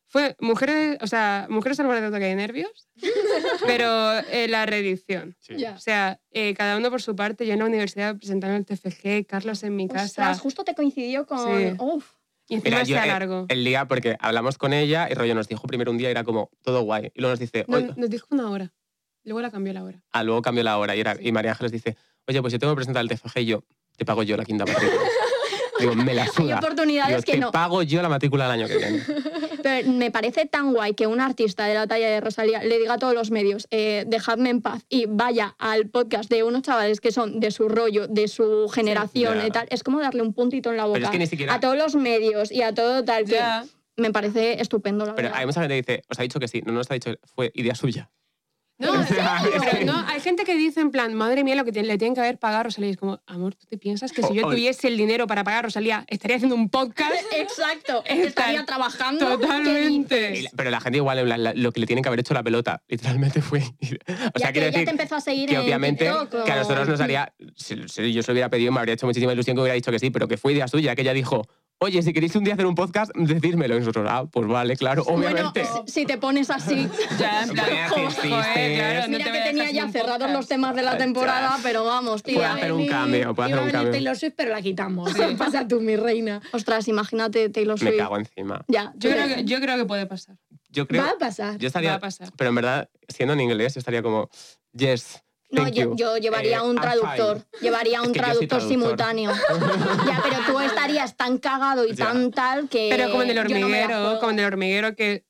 Speaker 6: Fue mujeres, o sea, mujeres al borde de ataque de [LAUGHS] nervios, pero eh, la reedición.
Speaker 5: Sí.
Speaker 3: Ya.
Speaker 6: O sea, eh, cada uno por su parte, yo en la universidad presentando el TFG, Carlos en mi casa.
Speaker 4: Ostras, justo te coincidió con.
Speaker 6: Sí.
Speaker 4: Uf.
Speaker 6: y encima
Speaker 5: Mira, yo,
Speaker 6: se
Speaker 5: eh,
Speaker 6: alargó.
Speaker 5: el día, porque hablamos con ella y rollo nos dijo primero un día, era como todo guay. Y luego nos dice,
Speaker 6: No,
Speaker 5: "Oye",
Speaker 6: nos dijo una hora. Luego la cambió la hora.
Speaker 5: ah, luego cambió la hora. Y, era, y María Ángeles dice, oye, pues yo tengo que presentar el TFG y yo, te pago yo la
Speaker 4: [LAUGHS]
Speaker 5: quinta matrícula. Digo, me la
Speaker 4: Hay
Speaker 5: suda. Digo,
Speaker 4: oportunidades que
Speaker 5: te
Speaker 4: no.
Speaker 5: pago yo la matrícula el año que
Speaker 4: [LAUGHS]
Speaker 5: viene.
Speaker 4: Pero me parece tan guay que un artista de la talla de Rosalía le diga a todos los medios, eh, dejadme en paz y vaya al podcast de unos chavales que son de su rollo, de su generación
Speaker 5: Ya.
Speaker 4: y tal. Es como darle un puntito en la boca
Speaker 5: Pero es que ni siquiera...
Speaker 4: a todos los medios y a todo tal. Que me parece estupendo, la
Speaker 5: Pero
Speaker 4: verdad.
Speaker 5: hay mucha gente que dice, os ha dicho que sí, no nos ha dicho, fue idea [LAUGHS] suya. [LAUGHS]
Speaker 6: No,
Speaker 5: O sea,
Speaker 6: sí,
Speaker 5: es
Speaker 6: pero
Speaker 5: que-
Speaker 6: no, hay gente que dice en plan, madre mía, lo que te- le tienen que haber pagado a Rosalía. Y es como, amor, ¿tú te piensas que si
Speaker 5: O-
Speaker 6: yo
Speaker 5: o-
Speaker 6: tuviese el dinero para pagar a Rosalía, estaría haciendo un [LAUGHS] podcast?
Speaker 4: Exacto, es que
Speaker 6: Está-
Speaker 4: estaría trabajando.
Speaker 5: Y la-
Speaker 6: Totalmente.
Speaker 5: Pero la gente igual, en plan, la- lo que le tienen que haber hecho la pelota, literalmente fue... [LAUGHS] o sea,
Speaker 4: ya, te,
Speaker 5: quiero
Speaker 4: ya
Speaker 5: decir
Speaker 4: te empezó a seguir
Speaker 5: que
Speaker 4: en
Speaker 5: obviamente
Speaker 4: TikTok o-
Speaker 5: que a nosotros nos haría... Si, si yo se lo hubiera pedido, me habría hecho muchísima ilusión que hubiera dicho que sí, pero que fue idea suya, que ella dijo, oye, si queréis un día hacer un podcast, decídmelo. Y nosotros, ah, pues vale, claro,
Speaker 4: Bueno,
Speaker 5: obviamente.
Speaker 4: si- si te pones así,
Speaker 6: Ya, en plan,
Speaker 5: Vaya,
Speaker 6: joder,
Speaker 5: sí, sí.
Speaker 6: claro,
Speaker 4: [LAUGHS]
Speaker 6: no
Speaker 4: mira
Speaker 6: te
Speaker 4: que
Speaker 6: vayas
Speaker 4: tenía
Speaker 6: así
Speaker 4: ya
Speaker 6: un
Speaker 4: cerrados
Speaker 6: podcast.
Speaker 4: los temas de la
Speaker 5: Ay,
Speaker 4: temporada,
Speaker 5: chas.
Speaker 4: pero vamos,
Speaker 5: Puede
Speaker 4: tía.
Speaker 5: hacer un cambio, puede hacer
Speaker 3: Iba
Speaker 5: un
Speaker 3: a venir
Speaker 5: cambio.
Speaker 3: Taylor Swift, pero la quitamos.
Speaker 6: Sí.
Speaker 3: [LAUGHS] Pasa tú, mi reina.
Speaker 4: Ostras, imagínate Taylor Swift.
Speaker 5: Me cago encima.
Speaker 4: Ya,
Speaker 6: Yo
Speaker 4: tú
Speaker 6: creo,
Speaker 4: ya.
Speaker 6: que, yo creo que puede pasar.
Speaker 5: Yo creo...
Speaker 3: Va a pasar.
Speaker 5: Yo
Speaker 6: Va
Speaker 5: estaría...
Speaker 6: a pasar.
Speaker 5: Pero en verdad, siendo en inglés, yo estaría como, yes.
Speaker 4: No,
Speaker 5: thank
Speaker 4: yo,
Speaker 5: you.
Speaker 4: yo llevaría
Speaker 5: Eh,
Speaker 4: un
Speaker 5: I'm
Speaker 4: traductor.
Speaker 5: fine.
Speaker 4: Llevaría un
Speaker 5: Es que yo soy
Speaker 4: traductor,
Speaker 5: traductor. [LAUGHS]
Speaker 4: simultáneo. ya, pero tú estarías tan cagado y
Speaker 5: Ya.
Speaker 4: tan tal que.
Speaker 6: Pero como en el
Speaker 4: Eh, yo no me la
Speaker 6: hormiguero,
Speaker 4: juego.
Speaker 6: como en el hormiguero que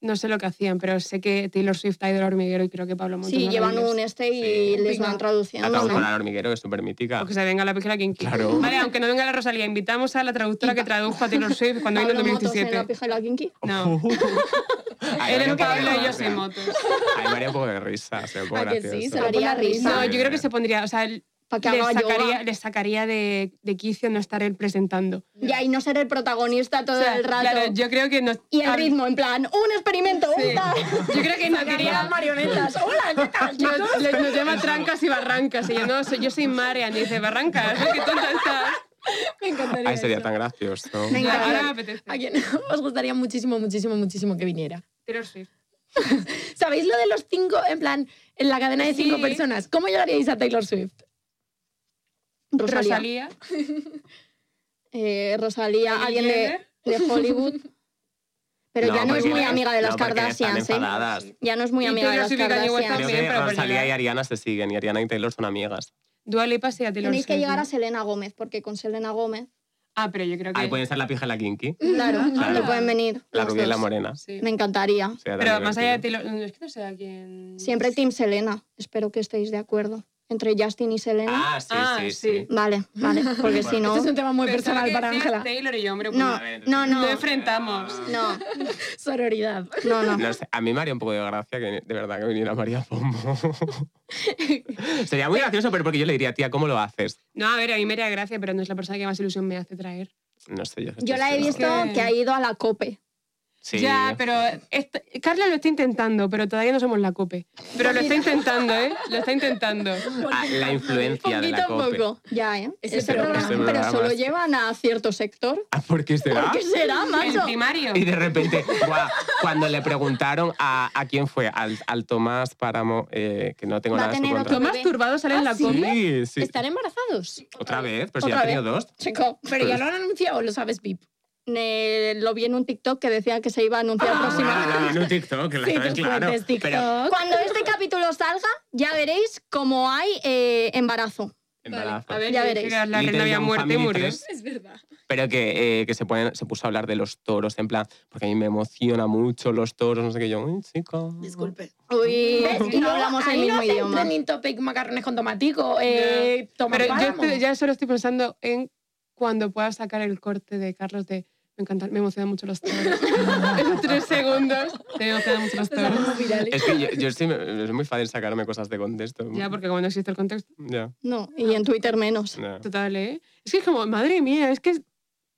Speaker 6: no sé lo que hacían, pero sé que Taylor Swift ha ido al hormiguero y creo que Pablo Montero.
Speaker 4: Sí, llevan un este y
Speaker 5: Sí.
Speaker 4: les van
Speaker 3: Venga.
Speaker 5: La
Speaker 4: traduciendo. ¿no?
Speaker 5: traductora al hormiguero, que es súper mítica.
Speaker 6: Porque se venga la pijera quien quiera.
Speaker 5: Claro.
Speaker 6: Vale, aunque no venga la Rosalía, invitamos a la traductora que tradujo a Taylor Swift cuando vino en
Speaker 4: Pablo Motos en la
Speaker 6: 2017.
Speaker 4: pija y la kinky.
Speaker 6: No. [LAUGHS]
Speaker 5: Ay,
Speaker 6: Él
Speaker 5: María,
Speaker 6: es
Speaker 5: un poco de
Speaker 6: Pablo y yo
Speaker 5: gracia.
Speaker 6: soy motos.
Speaker 5: Ay, me haría un poco de risa, se un poco
Speaker 3: ¿A que sí?
Speaker 5: gracioso.
Speaker 3: Se haría
Speaker 4: Haría
Speaker 3: risa.
Speaker 4: risa.
Speaker 6: No, yo creo que se pondría, o sea, él-
Speaker 4: Para que
Speaker 6: le
Speaker 4: haga
Speaker 6: sacaría,
Speaker 4: yoga.
Speaker 6: le sacaría de, de quicio no estar él presentando.
Speaker 4: Ya, y no ser el protagonista todo
Speaker 6: O sea,
Speaker 4: el rato.
Speaker 6: Claro, yo creo que no...
Speaker 4: Y el
Speaker 6: ah,
Speaker 4: ritmo, en plan, un experimento,
Speaker 6: sí.
Speaker 4: un tal.
Speaker 6: Yo creo que no quería...
Speaker 4: marionetas. Hola, ¿qué tal?
Speaker 6: Nos, le- nos llama trancas y barrancas. Y yo, no, soy, yo soy Marian. Y dice, barrancas, ¿qué tonta estás?
Speaker 3: Me encantaría.
Speaker 5: Ay, sería
Speaker 3: eso.
Speaker 5: tan gracioso.
Speaker 4: Me encanta.
Speaker 6: Ahora me apetece.
Speaker 3: ¿A quién [LAUGHS] os gustaría muchísimo, muchísimo, muchísimo que viniera?
Speaker 6: Taylor Swift.
Speaker 3: ¿Sabéis lo de los cinco, en plan, en la cadena de cinco
Speaker 6: Sí.
Speaker 3: personas? ¿Cómo llegaríais a Taylor Swift?
Speaker 4: [LAUGHS] Rosalía. Rosalía,
Speaker 6: Rosalía.
Speaker 4: eh, Rosalía alguien de,
Speaker 6: Jenner.
Speaker 4: de
Speaker 3: [LAUGHS]
Speaker 4: Hollywood.
Speaker 3: Este
Speaker 4: Pero ya no es
Speaker 5: porque
Speaker 4: muy
Speaker 5: eran-
Speaker 4: amiga de las
Speaker 5: no, porque
Speaker 4: Kardashians,
Speaker 5: Están
Speaker 4: ¿eh?
Speaker 5: enfadadas.
Speaker 4: Ya no es muy
Speaker 6: Y
Speaker 4: amiga de
Speaker 6: Taylor
Speaker 4: las
Speaker 6: Swift y Kanye West
Speaker 4: Kardashians.
Speaker 5: Creo
Speaker 6: También,
Speaker 5: que
Speaker 6: pero por
Speaker 5: Rosalía
Speaker 6: llegar.
Speaker 5: y Ariana se siguen y Ariana y Taylor son amigas.
Speaker 6: Dua Lipa sería Taylor
Speaker 4: Tenéis que
Speaker 6: Swift,
Speaker 4: llegar
Speaker 6: ¿no?
Speaker 4: a Selena Gómez, porque con Selena
Speaker 6: [LAUGHS]
Speaker 4: Gómez,
Speaker 6: Ah, pero yo creo que...
Speaker 5: Ahí pueden estar la pija y la kinky.
Speaker 4: claro,
Speaker 5: Claro.
Speaker 4: no pueden venir.
Speaker 5: La
Speaker 4: las
Speaker 5: rubia y la
Speaker 4: dos.
Speaker 5: morena.
Speaker 6: Sí.
Speaker 4: Me encantaría.
Speaker 5: Sería tan
Speaker 6: Pero más allá de
Speaker 5: divertido.
Speaker 6: Taylor... Es que no sé a quién...
Speaker 4: Siempre Team Selena. Espero que estéis de acuerdo. Entre Justin y Selena.
Speaker 5: Ah, sí,
Speaker 6: Ah,
Speaker 5: sí,
Speaker 6: sí.
Speaker 5: sí.
Speaker 4: Vale, vale.
Speaker 5: [LAUGHS]
Speaker 4: Porque si
Speaker 3: Este
Speaker 4: no.
Speaker 3: es un tema muy personal para Ángela.
Speaker 6: Taylor y yo, hombre, pues,
Speaker 4: No,
Speaker 6: a ver,
Speaker 4: no,
Speaker 6: no,
Speaker 4: no.
Speaker 6: enfrentamos.
Speaker 4: No,
Speaker 3: Sororidad.
Speaker 4: no, no.
Speaker 5: No sé, a mí me haría un poco de gracia que de verdad que viniera María Pombo. Sería muy gracioso, pero porque yo le diría, tía, ¿cómo lo haces?
Speaker 6: No, a ver, a mí me haría gracia, pero no es la persona que más ilusión me hace traer.
Speaker 5: No sé yo.
Speaker 4: Yo la he
Speaker 5: estoy
Speaker 4: visto
Speaker 6: que-
Speaker 4: que ha ido a la COPE.
Speaker 5: Sí. Ah,
Speaker 6: Ya, pero esta- Carla lo está intentando, pero todavía no somos la cope. Pero lo está intentando, ¿eh? Lo está intentando.
Speaker 5: Ah, la influencia de
Speaker 3: [LAUGHS] Poquito
Speaker 5: la
Speaker 3: a
Speaker 5: COPE.
Speaker 3: poco.
Speaker 4: Ya, ¿eh?
Speaker 3: Ese
Speaker 4: Ese programa,
Speaker 3: programa.
Speaker 5: Ese
Speaker 4: pero
Speaker 5: programa
Speaker 4: solo
Speaker 5: es-
Speaker 4: llevan a cierto sector.
Speaker 5: Ah, ¿Por qué será?
Speaker 4: ¿Por qué será,
Speaker 6: El
Speaker 4: macho?
Speaker 6: primario.
Speaker 5: Y de repente, guau, cuando le preguntaron a, a quién fue, al, al Tomás Páramo, eh, que no tengo
Speaker 4: Va a
Speaker 5: nada en su
Speaker 4: tener
Speaker 5: contra.
Speaker 6: Lo más turbado sale en la cope.
Speaker 5: Sí, sí.
Speaker 3: ¿Están embarazados?
Speaker 5: Otra vez, pero si ya
Speaker 3: ¿Otra
Speaker 5: ha tenido dos.
Speaker 3: Chico, pero ya lo han anunciado, lo sabes, Pip.
Speaker 4: Eh, lo vi en un TikTok que decía que se iba a anunciar próximamente.
Speaker 5: Ah, en un TikTok, la
Speaker 3: Sí,
Speaker 5: sabes,
Speaker 3: tú
Speaker 5: claro.
Speaker 3: fuentes
Speaker 5: Pero
Speaker 3: TikTok.
Speaker 4: Cuando este capítulo salga, ya veréis cómo hay eh, embarazo.
Speaker 5: Embarazo.
Speaker 6: A ver,
Speaker 3: Ya
Speaker 6: ya
Speaker 3: veréis.
Speaker 6: veréis. La
Speaker 5: Y
Speaker 6: reina
Speaker 5: tenía
Speaker 6: había
Speaker 5: un
Speaker 6: muerto y
Speaker 5: family
Speaker 6: murió.
Speaker 5: tres.
Speaker 6: Es verdad.
Speaker 5: Pero que, eh, que se, ponen, se puso a hablar de los toros, en plan, porque a mí me emociona mucho los toros, no sé qué. Yo, uy, chico.
Speaker 3: Disculpe.
Speaker 4: Uy,
Speaker 3: ¿Ves?
Speaker 4: no hablamos el
Speaker 3: ahí
Speaker 4: mismo
Speaker 3: no hacen
Speaker 4: idioma.
Speaker 3: trending topic macarrones con tomatico. Eh, toma
Speaker 6: Pero yo
Speaker 3: páramo.
Speaker 6: estoy- ya solo estoy pensando en cuando pueda sacar el corte de Carlos de me encanta, me emocionan mucho los toros. en tres segundos me emocionan mucho los
Speaker 3: Nos hacemos
Speaker 6: toros.
Speaker 3: [LAUGHS] virales.
Speaker 5: Es que yo, yo sí me- es muy fácil sacarme cosas de contexto.
Speaker 6: Ya, porque como no existe el contexto,
Speaker 5: Ya,
Speaker 4: No, y en Twitter menos.
Speaker 5: ya.
Speaker 6: total, ¿eh? Es que es como, madre mía, es que es-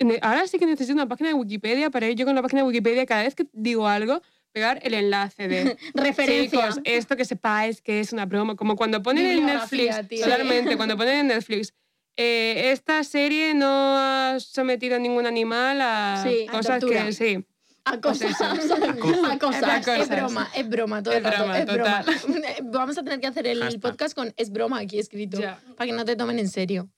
Speaker 6: ne- ahora sí que necesito una página de Wikipedia para ir yo con la página de Wikipedia cada vez que digo algo, pegar el enlace de
Speaker 4: [LAUGHS] Referencia.
Speaker 6: Chicos, esto que sepáis que es una broma. Como cuando ponen en
Speaker 3: Bibliografía,
Speaker 6: Netflix,
Speaker 3: tío.
Speaker 6: totalmente, cuando ponen en Netflix, eh, esta serie no ha sometido a ningún animal a
Speaker 4: Sí, a
Speaker 6: cosas
Speaker 4: tortura.
Speaker 6: que... Sí,
Speaker 3: A cosas.
Speaker 5: cosas.
Speaker 3: A cosas.
Speaker 6: A
Speaker 3: Es
Speaker 6: cosas.
Speaker 3: broma, es broma todo
Speaker 6: Es
Speaker 3: el rato,
Speaker 6: broma,
Speaker 3: es broma. [LAUGHS] Vamos a tener que hacer el
Speaker 5: Hashtag.
Speaker 3: podcast con es broma aquí escrito.
Speaker 6: Ya.
Speaker 3: Para que no te tomen en serio.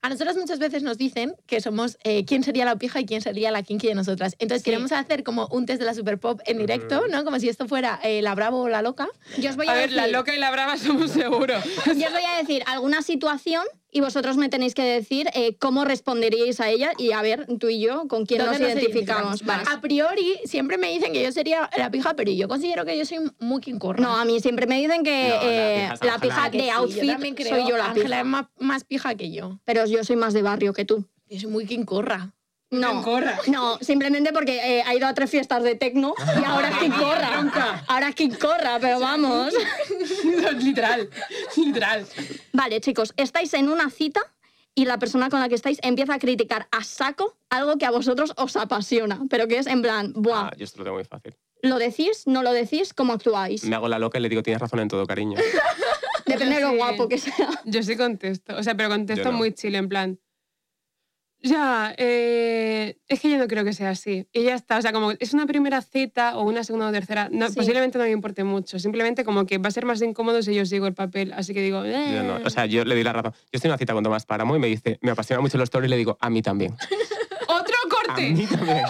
Speaker 3: A nosotras muchas veces nos dicen que somos eh, quién sería la pija y quién sería la kinky de nosotras. Entonces queremos hacer como un test de la super pop en directo, ¿no? Como si esto fuera eh, la bravo o la loca.
Speaker 4: Yo os voy a,
Speaker 6: A ver, la
Speaker 4: decir-
Speaker 6: loca y la brava somos seguros.
Speaker 4: Yo os voy a decir alguna situación y vosotros me tenéis que decir eh, cómo responderíais a ella y a ver tú y yo con quién nos
Speaker 3: ¿Dónde
Speaker 4: identificamos. Ah, más.
Speaker 3: A priori, siempre me dicen que yo sería la pija, pero yo considero que yo soy muy quincorra.
Speaker 4: No, a mí siempre me dicen que
Speaker 5: No, la
Speaker 4: eh,
Speaker 5: pija es
Speaker 4: la
Speaker 5: Ángela.
Speaker 4: pija
Speaker 5: Ah,
Speaker 3: Que sí,
Speaker 4: de outfit
Speaker 3: yo también creo,
Speaker 4: soy yo la
Speaker 3: Ángela
Speaker 4: pija.
Speaker 3: es más, más pija que yo.
Speaker 4: Pero yo soy más de barrio que tú.
Speaker 3: Yo soy muy quincorra.
Speaker 4: No,
Speaker 6: [LAUGHS] Corra.
Speaker 4: no, simplemente porque eh, ha ido a tres fiestas de tecno y [LAUGHS] ahora es quien corra. Ahora es quien corra, pero vamos.
Speaker 6: literal, literal.
Speaker 4: Vale, chicos, estáis en una cita y la persona con la que estáis empieza a criticar a saco algo que a vosotros os apasiona, pero que es en plan, buah,
Speaker 5: Ah, yo esto lo tengo muy fácil.
Speaker 4: ¿lo decís? ¿No lo decís? ¿Cómo actuáis?
Speaker 5: Me hago la loca y le digo, tienes razón en todo, cariño.
Speaker 4: Depende de lo
Speaker 6: Sí.
Speaker 4: guapo que sea.
Speaker 6: Yo sí contesto, o sea, pero contesto
Speaker 5: Yo no.
Speaker 6: muy chile, en plan. Ya, eh, es que yo no creo que sea así. Y ya está, o sea, como es una primera cita o una segunda o tercera, no,
Speaker 3: Sí.
Speaker 6: posiblemente no me importe mucho. Simplemente como que va a ser más incómodo si yo sigo el papel, así que digo, eh.
Speaker 5: Yo no, o sea, yo le di la razón. Yo estoy en una cita con Tomás Páramo y me dice, me apasiona mucho los toros y le digo, a mí también.
Speaker 6: ¡Otro
Speaker 5: A
Speaker 6: corte!
Speaker 5: mí también.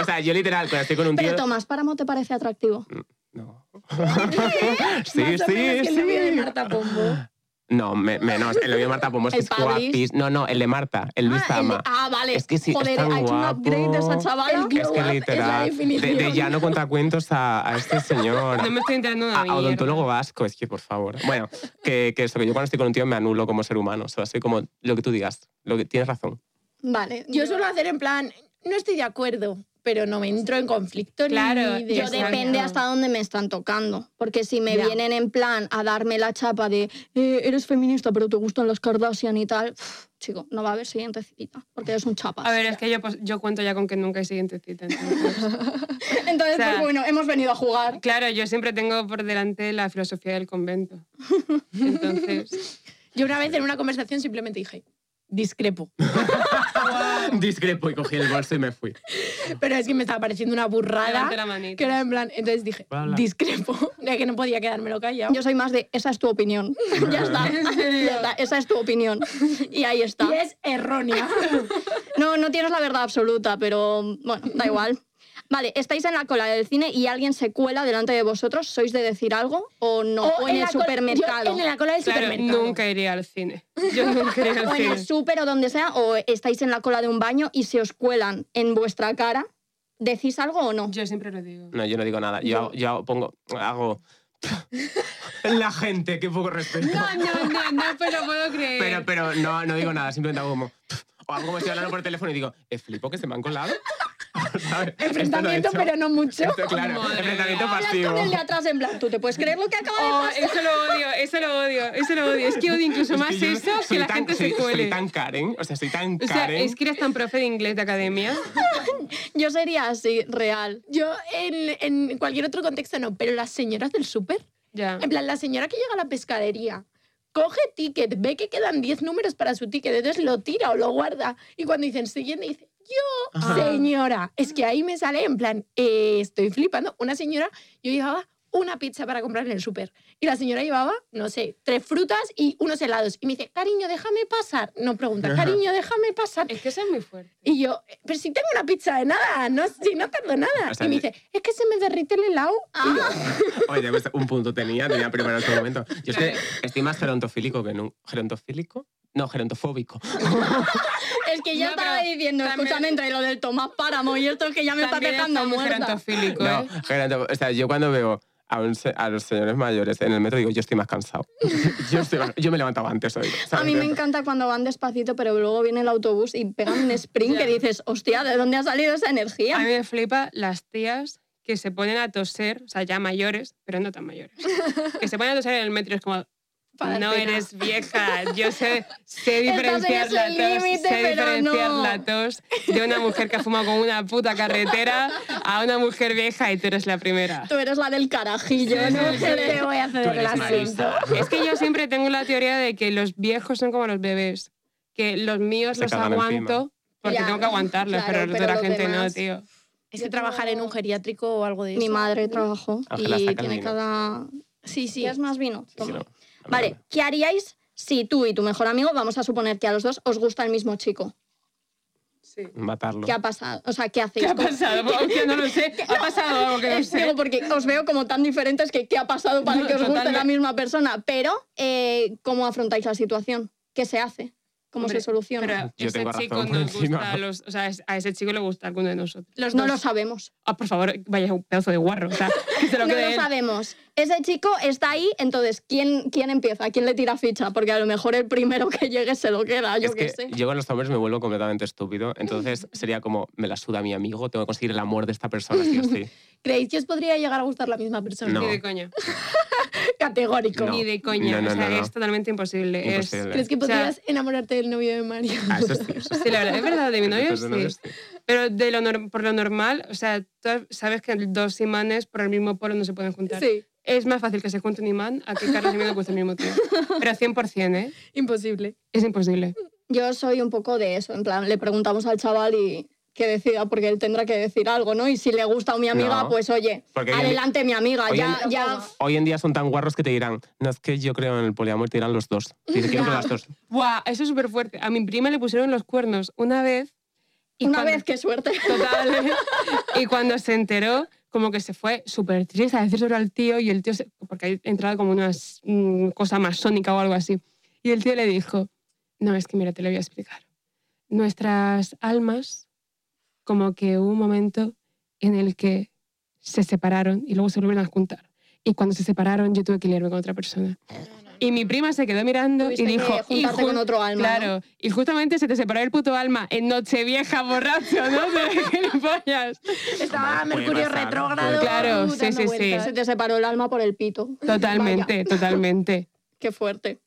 Speaker 5: O sea, yo literal, cuando estoy con un tío...
Speaker 4: Pero Tomás Páramo te parece atractivo.
Speaker 5: No. [LAUGHS]
Speaker 3: Más
Speaker 5: sí,
Speaker 3: o menos
Speaker 5: sí,
Speaker 3: que el novio de
Speaker 5: sí. Ah,
Speaker 3: Marta Pombo.
Speaker 5: No, me- menos. El novio de Marta Pombo es
Speaker 4: El
Speaker 5: que es
Speaker 4: Pablis.
Speaker 5: guapis. No, no, el de Marta, el Luis
Speaker 4: ah, el de-
Speaker 5: Tama.
Speaker 4: ah, vale.
Speaker 5: Es que sí, es
Speaker 4: Joder,
Speaker 5: tan
Speaker 4: ha hecho un upgrade de esa
Speaker 5: guapo.
Speaker 4: chavala.
Speaker 3: El glow
Speaker 5: Es que
Speaker 3: up es la
Speaker 5: literal, de,
Speaker 3: definición.
Speaker 5: de ya no cuenta cuentos a, a este señor.
Speaker 6: [LAUGHS] No me estoy enterando de
Speaker 5: A,
Speaker 6: una
Speaker 5: a
Speaker 6: mierda.
Speaker 5: odontólogo vasco, es que por favor. Bueno, que, que eso, que yo cuando estoy con un tío me anulo como ser humano. O sea, soy como lo que tú digas, lo que tienes razón.
Speaker 4: Vale.
Speaker 3: Yo suelo hacer en plan, no estoy de acuerdo, pero no me entro en conflicto
Speaker 6: Claro,
Speaker 3: ni de
Speaker 4: Yo
Speaker 6: Exacto.
Speaker 4: depende hasta dónde me están tocando. Porque si me
Speaker 3: Ya.
Speaker 4: vienen en plan a darme la chapa de "Eh, eres feminista pero te gustan las Kardashian y tal, pf, chico, no va a haber siguiente cita. Porque eres un chapas.
Speaker 6: A ver, es que yo, pues, yo cuento ya con que nunca hay siguiente cita.
Speaker 3: [LAUGHS]
Speaker 6: entonces.
Speaker 4: Entonces,
Speaker 6: o sea,
Speaker 4: pues bueno, hemos venido a jugar.
Speaker 6: claro, yo siempre tengo por delante la filosofía del convento.
Speaker 3: [LAUGHS]
Speaker 6: Entonces,
Speaker 3: Yo una vez en una conversación simplemente dije,
Speaker 5: [LAUGHS]
Speaker 3: discrepo.
Speaker 5: [LAUGHS] Discrepo y cogí el bolso y me fui.
Speaker 3: Pero es que me estaba pareciendo una
Speaker 6: levante
Speaker 3: burrada.
Speaker 6: la manita.
Speaker 3: Que era en plan, entonces dije,
Speaker 5: Voy a hablar.
Speaker 3: discrepo. [LAUGHS] De que no podía quedármelo callado.
Speaker 4: Yo soy más de esa es tu opinión.
Speaker 6: [LAUGHS]
Speaker 4: ya está. Ya está, Esa es tu opinión. Y ahí está.
Speaker 3: Y es
Speaker 4: [LAUGHS]
Speaker 3: errónea.
Speaker 4: No, no tienes la verdad absoluta, pero bueno, da igual. Vale, estáis en la cola del cine y alguien se cuela delante de vosotros. ¿Sois de decir algo o no?
Speaker 3: [LAUGHS]
Speaker 4: O, en, el
Speaker 3: la cola-
Speaker 4: supermercado.
Speaker 3: yo en la cola del
Speaker 6: Claro,
Speaker 3: supermercado.
Speaker 6: nunca iría al cine. Yo nunca iría
Speaker 3: [LAUGHS]
Speaker 4: o
Speaker 6: al
Speaker 4: en el
Speaker 6: cine.
Speaker 4: súper o donde sea, o estáis en la cola de un baño y se os cuelan en vuestra cara, ¿decís algo o no?
Speaker 6: Yo siempre lo digo.
Speaker 5: No, yo no digo nada. Yo, hago- yo hago- pongo, [LAUGHS] hago. La gente, qué poco respeto.
Speaker 6: No, no, no, no, pero puedo creer.
Speaker 5: Pero, pero no, no digo nada, simplemente hago como. O hago como estoy hablando por teléfono y digo, ¿es flipo que se me han colado? ¿Sabes? Esto lo he
Speaker 3: Enfrentamiento,
Speaker 5: hecho.
Speaker 3: pero no mucho.
Speaker 5: Esto, claro,
Speaker 6: Madre
Speaker 5: enfrentamiento
Speaker 4: Hablas con el de
Speaker 5: pasivo.
Speaker 4: atrás en blanco. ¿Tú te puedes creer lo que acaba de
Speaker 6: Oh,
Speaker 4: pasar?
Speaker 6: eso lo odio, eso lo odio, eso lo odio. Es que odio incluso
Speaker 5: Es
Speaker 6: más
Speaker 5: yo
Speaker 6: eso
Speaker 5: soy
Speaker 6: que la
Speaker 5: tan-
Speaker 6: gente
Speaker 5: soy-
Speaker 6: se cuele.
Speaker 5: Soy tan Karen, o sea, soy tan
Speaker 6: O sea,
Speaker 5: Karen.
Speaker 6: es que eres tan profe de inglés de academia.
Speaker 4: Yo sería así, real.
Speaker 3: Yo en, en cualquier otro contexto no, pero las señoras del súper.
Speaker 6: Ya.
Speaker 3: En plan, la señora que llega a la pescadería, coge ticket, ve que quedan 10 números para su ticket, entonces lo tira o lo guarda. Y cuando dicen siguiente, dice, yo,
Speaker 6: Ah.
Speaker 3: señora. Es que ahí me sale en plan, eh, estoy flipando. Una señora, yo llevaba una pizza para comprar en el súper. Y la señora llevaba, no sé, tres frutas y unos helados. Y me dice, cariño, déjame pasar. No pregunta, cariño, déjame pasar.
Speaker 6: Es que eso es muy fuerte.
Speaker 3: Y yo, "Eh, pero si tengo una pizza de nada, no, si no tardo nada.
Speaker 5: O sea, Ah.
Speaker 3: y me dice, es que se me derrite el helado. Y yo,
Speaker 5: Oye, pues, un punto tenía, tenía primero en su momento. Yo es que estoy más gerontofílico que nunca. ¿Gerontofílico? No, gerontofóbico.
Speaker 4: Es que ya
Speaker 6: No,
Speaker 4: estaba
Speaker 6: pero
Speaker 4: diciendo,
Speaker 6: también-
Speaker 4: escúchame, entre lo del Tomás Páramo y esto que ya me está
Speaker 6: También está
Speaker 4: dejando
Speaker 6: muy
Speaker 4: muerta.
Speaker 6: gerontofílico,
Speaker 5: No,
Speaker 6: ¿eh?
Speaker 5: geronto- o sea, yo cuando veo a, un se- a los señores mayores en el metro digo, yo estoy más cansado. [LAUGHS] Yo, estoy más- yo me levantaba antes hoy.
Speaker 4: A
Speaker 5: ¿sabes?
Speaker 4: mí me encanta cuando van despacito, pero luego viene el autobús y pegan un sprint
Speaker 6: Ya.
Speaker 4: que dices, hostia, ¿de dónde ha salido esa
Speaker 6: A mí
Speaker 4: energía?
Speaker 6: me flipa las tías que se ponen a toser, o sea, ya mayores, pero no tan mayores. Que se ponen a toser en el metro y es como,
Speaker 3: Para
Speaker 6: no
Speaker 3: la pena".
Speaker 6: eres vieja, yo sé, sé
Speaker 4: en
Speaker 6: diferenciar la
Speaker 4: ese
Speaker 6: tos,
Speaker 4: límite,
Speaker 6: sé
Speaker 4: pero
Speaker 6: diferenciar
Speaker 4: no.
Speaker 6: la tos de una mujer que ha fumado con una puta carretera a una mujer vieja y tú eres la primera.
Speaker 4: Tú eres la del carajillo,
Speaker 6: Sí,
Speaker 4: ¿no?
Speaker 6: sí,
Speaker 3: ¿Qué te voy a hacer
Speaker 5: Tú
Speaker 3: el
Speaker 5: eres
Speaker 3: asunto?
Speaker 5: Marisa.
Speaker 6: Es que yo siempre tengo la teoría de que los viejos son como los bebés, que los míos
Speaker 5: Se
Speaker 6: los
Speaker 5: cagan
Speaker 6: aguanto
Speaker 5: encima.
Speaker 6: porque
Speaker 4: Ya,
Speaker 6: tengo que aguantarlos,
Speaker 4: claro,
Speaker 6: pero los de
Speaker 4: pero
Speaker 6: la
Speaker 4: los
Speaker 6: gente no,
Speaker 4: demás-
Speaker 6: tío.
Speaker 3: Es que trabajar en un geriátrico o algo de eso.
Speaker 4: Mi madre trabajó
Speaker 5: Ángela,
Speaker 4: y
Speaker 5: saca el
Speaker 4: tiene
Speaker 5: vino.
Speaker 4: cada...
Speaker 3: Sí, sí.
Speaker 4: ¿Quieres más vino?
Speaker 5: Sí, sí,
Speaker 4: Toma.
Speaker 5: no, a mí
Speaker 4: Vale, ¿qué haríais si tú y tu mejor amigo, vamos a suponer que a los dos os gusta el mismo chico?
Speaker 6: Sí.
Speaker 5: no. Matarlo.
Speaker 4: ¿Qué ha pasado? O sea, ¿qué hacéis?
Speaker 6: ¿Qué ha
Speaker 4: ¿Cómo-
Speaker 6: pasado?
Speaker 4: [LAUGHS]
Speaker 6: Porque no lo sé. Ha pasado algo que no sé.
Speaker 4: Digo, porque os veo como tan diferentes que qué ha pasado para que os guste
Speaker 6: Totalmente.
Speaker 4: la misma persona. Pero, eh, ¿cómo afrontáis la situación? ¿Qué se hace? ¿Cómo
Speaker 6: Hombre,
Speaker 4: se soluciona?
Speaker 6: Pero
Speaker 5: Yo
Speaker 6: ese
Speaker 5: tengo razón
Speaker 6: chico
Speaker 5: por
Speaker 6: nos
Speaker 5: encima.
Speaker 6: gusta a los, o sea, es- a ese chico le gusta alguno de nosotros.
Speaker 3: Los
Speaker 4: no
Speaker 3: dos.
Speaker 4: lo sabemos.
Speaker 6: Ah, por favor, vaya un pedazo de guarro. O sea, que [LAUGHS] se lo
Speaker 4: no
Speaker 6: quede
Speaker 4: lo
Speaker 6: él.
Speaker 4: sabemos. Ese chico está ahí, entonces, ¿quién, ¿quién empieza? ¿Quién le tira ficha? Porque a lo mejor el primero que llegue se lo queda, yo
Speaker 5: es
Speaker 4: qué
Speaker 5: que
Speaker 4: sé.
Speaker 5: yo con los hombres me vuelvo completamente estúpido, entonces sería como, me la suda mi amigo, tengo que conseguir el amor de esta persona, sí o sí.
Speaker 3: ¿Creéis que os podría llegar a gustar la misma persona?
Speaker 5: No.
Speaker 4: [LAUGHS]
Speaker 6: Ni de coña.
Speaker 3: Categórico.
Speaker 5: No.
Speaker 6: Ni de coña.
Speaker 5: No, no,
Speaker 6: o sea,
Speaker 5: no, no.
Speaker 6: es totalmente imposible. Es-
Speaker 5: Imposible.
Speaker 3: ¿Crees que
Speaker 6: O sea-
Speaker 3: podrías enamorarte del novio de Mario?
Speaker 5: Ah, eso sí, eso sí.
Speaker 6: Sí, la verdad, es
Speaker 5: [LAUGHS]
Speaker 6: verdad, de mi novio
Speaker 5: Entonces, de
Speaker 6: sí.
Speaker 5: novios, sí.
Speaker 6: Pero de lo nor- por lo normal, o sea, tú sabes que dos imanes por el mismo polo no se pueden juntar.
Speaker 4: [LAUGHS] Sí.
Speaker 6: Es más fácil que se junte un imán a que Carlos y a mí nos guste el mismo [LAUGHS] tío. Pero 100%, ¿eh?
Speaker 3: Imposible.
Speaker 6: Es imposible.
Speaker 4: Yo soy un poco de eso, en plan, le preguntamos al chaval y que decida, porque él tendrá que decir algo, ¿no? Y si le gusta a mi amiga,
Speaker 5: No.
Speaker 4: pues oye,
Speaker 5: Porque hoy en di-
Speaker 4: adelante mi amiga,
Speaker 5: hoy
Speaker 4: ya,
Speaker 5: en-
Speaker 4: ya...
Speaker 5: Hoy en día son tan guarros que te dirán, no es que yo creo en el poliamor, te dirán los dos. Dice, quiero con
Speaker 4: Ya.
Speaker 5: las dos.
Speaker 6: ¡Buah! Eso es súper fuerte. A mi prima le pusieron los cuernos una vez. [LAUGHS] y
Speaker 4: Una
Speaker 6: cuando-
Speaker 4: vez, qué suerte.
Speaker 6: Total. y cuando se enteró, como que se fue súper triste a decírselo al tío y el tío, se- porque ahí entraba como una s- mm, cosa masónica o algo así. Y el tío le dijo, no, es que mira, te lo voy a explicar. Nuestras almas, como que hubo un momento en el que se separaron y luego se volvieron a juntar. Y cuando se separaron, yo tuve que liarme con otra persona. Y mi prima se quedó mirando y
Speaker 4: Tuviste que
Speaker 6: dijo, "Y
Speaker 4: juntarte
Speaker 6: jun-
Speaker 4: con otro alma. ¿no?
Speaker 6: Claro, y justamente se te separó el puto alma en Nochevieja borracho, ¿no? [LAUGHS] De gilipollas.
Speaker 3: Estaba
Speaker 5: Hombre, puede
Speaker 3: Mercurio
Speaker 5: pasar,
Speaker 3: retrógrado.
Speaker 5: puede
Speaker 6: Claro,
Speaker 3: uh,
Speaker 6: sí,
Speaker 3: dando
Speaker 6: sí, sí.
Speaker 3: vueltas.
Speaker 4: Se te separó el alma por el pito.
Speaker 6: Totalmente, totalmente.
Speaker 4: Qué fuerte.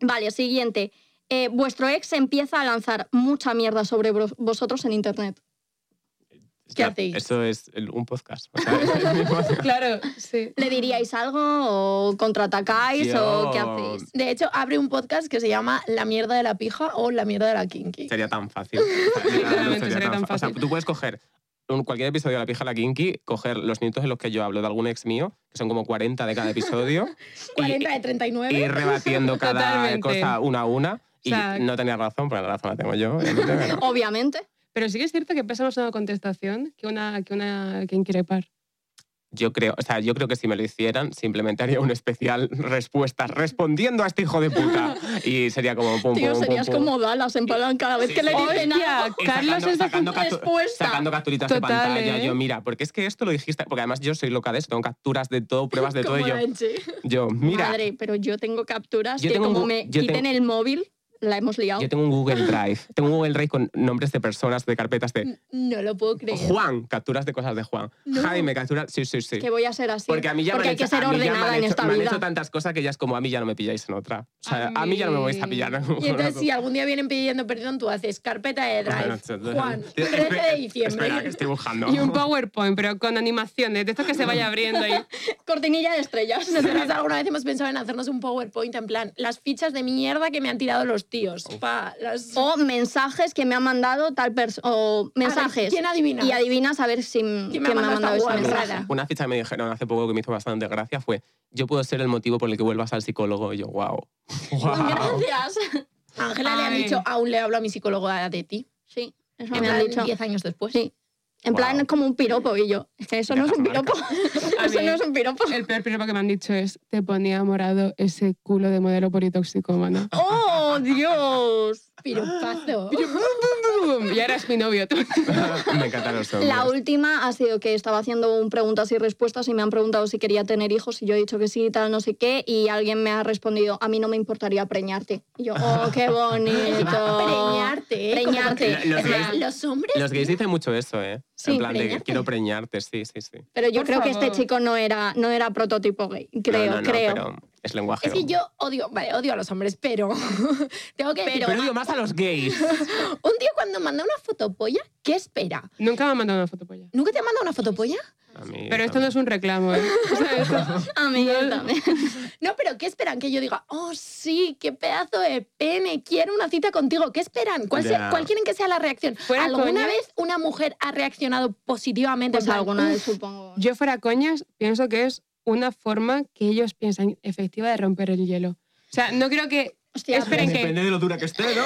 Speaker 4: Vale, siguiente. Eh, vuestro ex empieza a lanzar mucha mierda sobre vos- vosotros en internet.
Speaker 3: ¿Qué
Speaker 5: Ya,
Speaker 3: hacéis?
Speaker 5: Eso es el- un podcast. o sea, [LAUGHS] es el mismo-
Speaker 6: Claro, sí.
Speaker 3: Ah.
Speaker 4: ¿Le diríais algo o contraatacáis o
Speaker 5: Yo-
Speaker 4: qué hacéis?
Speaker 3: De hecho, abre un podcast que se llama La mierda de la pija o La mierda de la kinky.
Speaker 5: Sería tan fácil. O sea, literalmente
Speaker 6: Literalmente sería tan
Speaker 5: fa- O
Speaker 6: fácil.
Speaker 5: sea, tú puedes coger un- cualquier episodio de La Pija a la Kinky, coger los minutos en los que yo hablo de algún ex mío, que son como 40 de cada episodio, y-
Speaker 3: 40 de
Speaker 5: y
Speaker 3: 39.
Speaker 4: [LAUGHS]
Speaker 5: ir rebatiendo cada
Speaker 6: Totalmente.
Speaker 5: cosa una a una. Y
Speaker 6: O sea,
Speaker 5: no tenía razón, pero la razón la tengo yo. obviamente,
Speaker 4: [LAUGHS]
Speaker 5: pero-
Speaker 4: Obviamente.
Speaker 6: Pero sí que es cierto que pesa más una contestación que una que una que increpar.
Speaker 5: Yo creo, o sea, yo creo que si me lo hicieran, simplemente haría un especial respuestas respondiendo a este hijo de puta. Y sería como pum,
Speaker 4: Tío,
Speaker 5: pum, pum,
Speaker 4: serías
Speaker 5: pum.
Speaker 4: como Dallas en plan cada vez
Speaker 5: Sí,
Speaker 4: que le
Speaker 5: sí.
Speaker 4: dicen
Speaker 6: Hostia,
Speaker 4: algo.
Speaker 5: Y
Speaker 6: Carlos es de
Speaker 5: sacando
Speaker 4: sin
Speaker 5: captu-
Speaker 3: pues,
Speaker 4: respuesta.
Speaker 5: Sacando capturitas de
Speaker 6: Total,
Speaker 5: pantalla.
Speaker 6: ¿eh?
Speaker 5: Yo, mira, porque es que esto lo dijiste. Porque además yo soy loca de eso, tengo capturas de todo, pruebas
Speaker 4: [LAUGHS]
Speaker 5: de todo. y
Speaker 3: Como
Speaker 5: yo,
Speaker 3: la Enche.
Speaker 5: yo, mira,
Speaker 4: Madre, pero yo tengo capturas
Speaker 5: Yo
Speaker 4: que
Speaker 5: tengo un
Speaker 4: como
Speaker 5: gu-
Speaker 4: me
Speaker 5: yo
Speaker 4: quiten
Speaker 5: tengo-
Speaker 4: el móvil, la hemos liado.
Speaker 5: yo tengo un Google Drive. tengo un Google Drive con nombres de personas, de carpetas de
Speaker 3: No
Speaker 5: [LAUGHS]
Speaker 3: lo puedo creer.
Speaker 5: Juan, capturas de cosas de Juan. Jaime, capturas. Sí, sí, sí.
Speaker 4: Que voy a ser así.
Speaker 5: Porque a mí ya me
Speaker 4: hay
Speaker 5: han hecho-
Speaker 4: que ser
Speaker 5: a mí ya me han
Speaker 4: ordenada en
Speaker 5: hecho-
Speaker 4: esta
Speaker 5: Me han
Speaker 4: vida.
Speaker 5: hecho tantas cosas que ya es como a mí ya no me pilláis en otra. O sea,
Speaker 6: A
Speaker 5: a mí ya no me vais a
Speaker 6: mí.
Speaker 5: pillar. en
Speaker 3: Y entonces,
Speaker 5: una.
Speaker 3: si algún día vienen pidiendo perdón, tú haces carpeta
Speaker 5: [LAUGHS]
Speaker 3: de drive. Juan, 13 de diciembre.
Speaker 5: Espera, que estoy buscando.
Speaker 6: Y un PowerPoint, pero con animaciones, de estos que se vaya
Speaker 4: [LAUGHS]
Speaker 6: abriendo ahí.
Speaker 4: Cortinilla
Speaker 3: [LAUGHS]
Speaker 4: de estrellas.
Speaker 3: Nosotros alguna vez hemos pensado en hacernos un PowerPoint en plan, las fichas de mierda que me han tirado los los tíos. Pa, las... [LAUGHS]
Speaker 4: O mensajes que me ha mandado tal persona. O
Speaker 3: A ver,
Speaker 4: mensajes.
Speaker 3: ¿Quién adivina?
Speaker 4: y adivinas a ver si m-
Speaker 3: ¿Quién me ha mandado esta
Speaker 4: ese
Speaker 3: guarrada?
Speaker 4: mensaje.
Speaker 5: [LAUGHS] Una ficha que me dijeron hace poco que me hizo bastante gracia fue yo puedo ser el motivo por el que vuelvas al psicólogo. Y yo, wow. wow.
Speaker 4: [LAUGHS] Gracias.
Speaker 3: Ángela le han
Speaker 6: Ay.
Speaker 3: dicho, aún le hablo a mi psicóloga de ti.
Speaker 4: Sí, eso
Speaker 3: En
Speaker 4: me han
Speaker 3: plan,
Speaker 4: dicho.
Speaker 3: 10 años después.
Speaker 4: Sí. En plan,
Speaker 5: Guau.
Speaker 4: como un piropo. Y yo, es que eso no es un
Speaker 5: Dejas
Speaker 4: piropo.
Speaker 6: A
Speaker 4: eso
Speaker 6: mí-
Speaker 4: no es un piropo.
Speaker 6: El peor piropo que me han dicho es te ponía morado ese culo de modelo politoxicómano.
Speaker 5: [LAUGHS]
Speaker 4: ¡Oh, Dios!
Speaker 3: Piropazo.
Speaker 6: Y yo, bum, bum, bum, bum, Y ahora es mi novio.
Speaker 5: [LAUGHS]
Speaker 6: tú. [LAUGHS]
Speaker 5: me encantan los hombres.
Speaker 4: La última ha sido que estaba haciendo un preguntas y respuestas y me han preguntado si quería tener hijos y yo he dicho que sí y tal, no sé qué, y alguien me ha respondido, a mí no me importaría preñarte. Y yo, oh,
Speaker 5: [LAUGHS]
Speaker 4: qué bonito.
Speaker 3: Encima, Preñarte. ¿eh?
Speaker 4: Preñarte.
Speaker 3: Como que-
Speaker 5: Los
Speaker 3: o sea,
Speaker 5: gays-
Speaker 3: los hombres.
Speaker 5: Los gays dicen mucho eso, ¿eh?
Speaker 4: Sí,
Speaker 5: en plan de
Speaker 3: preñarte.
Speaker 5: quiero preñarte, sí, sí, sí.
Speaker 4: Pero yo
Speaker 6: Por
Speaker 4: creo que
Speaker 6: favor.
Speaker 4: este chico no era, no era prototipo gay, creo,
Speaker 5: no, no, no,
Speaker 4: creo.
Speaker 5: Pero es lenguaje.
Speaker 3: Es que yo odio, vale, odio a los hombres, pero [LAUGHS] tengo que decir,
Speaker 5: Pero digo más a los gays.
Speaker 3: un tío cuando manda una fotopolla, ¿qué espera?
Speaker 6: Nunca me han mandado una foto polla.
Speaker 3: ¿Nunca te ha mandado una fotopolla?
Speaker 5: A mí
Speaker 6: Pero esto no es un reclamo, ¿eh? [LAUGHS] O sea, esto-
Speaker 4: A mí también.
Speaker 3: No, pero ¿qué esperan? Que yo diga, oh sí, qué pedazo de pene, quiero una cita contigo. ¿Qué esperan? ¿Cuál, sea-
Speaker 5: Ya.
Speaker 3: cuál quieren que sea la reacción?
Speaker 6: Fuera
Speaker 3: ¿Alguna
Speaker 6: coña.
Speaker 3: vez una mujer ha reaccionado positivamente?
Speaker 4: Pues
Speaker 3: en plan,
Speaker 4: alguna vez
Speaker 3: "Uf,
Speaker 4: supongo.
Speaker 6: yo fuera coñas, pienso que es una forma que ellos piensan efectiva de romper el hielo. O sea, no creo que
Speaker 4: Hostia,
Speaker 6: esperen que...
Speaker 5: de lo dura que esté, ¿no?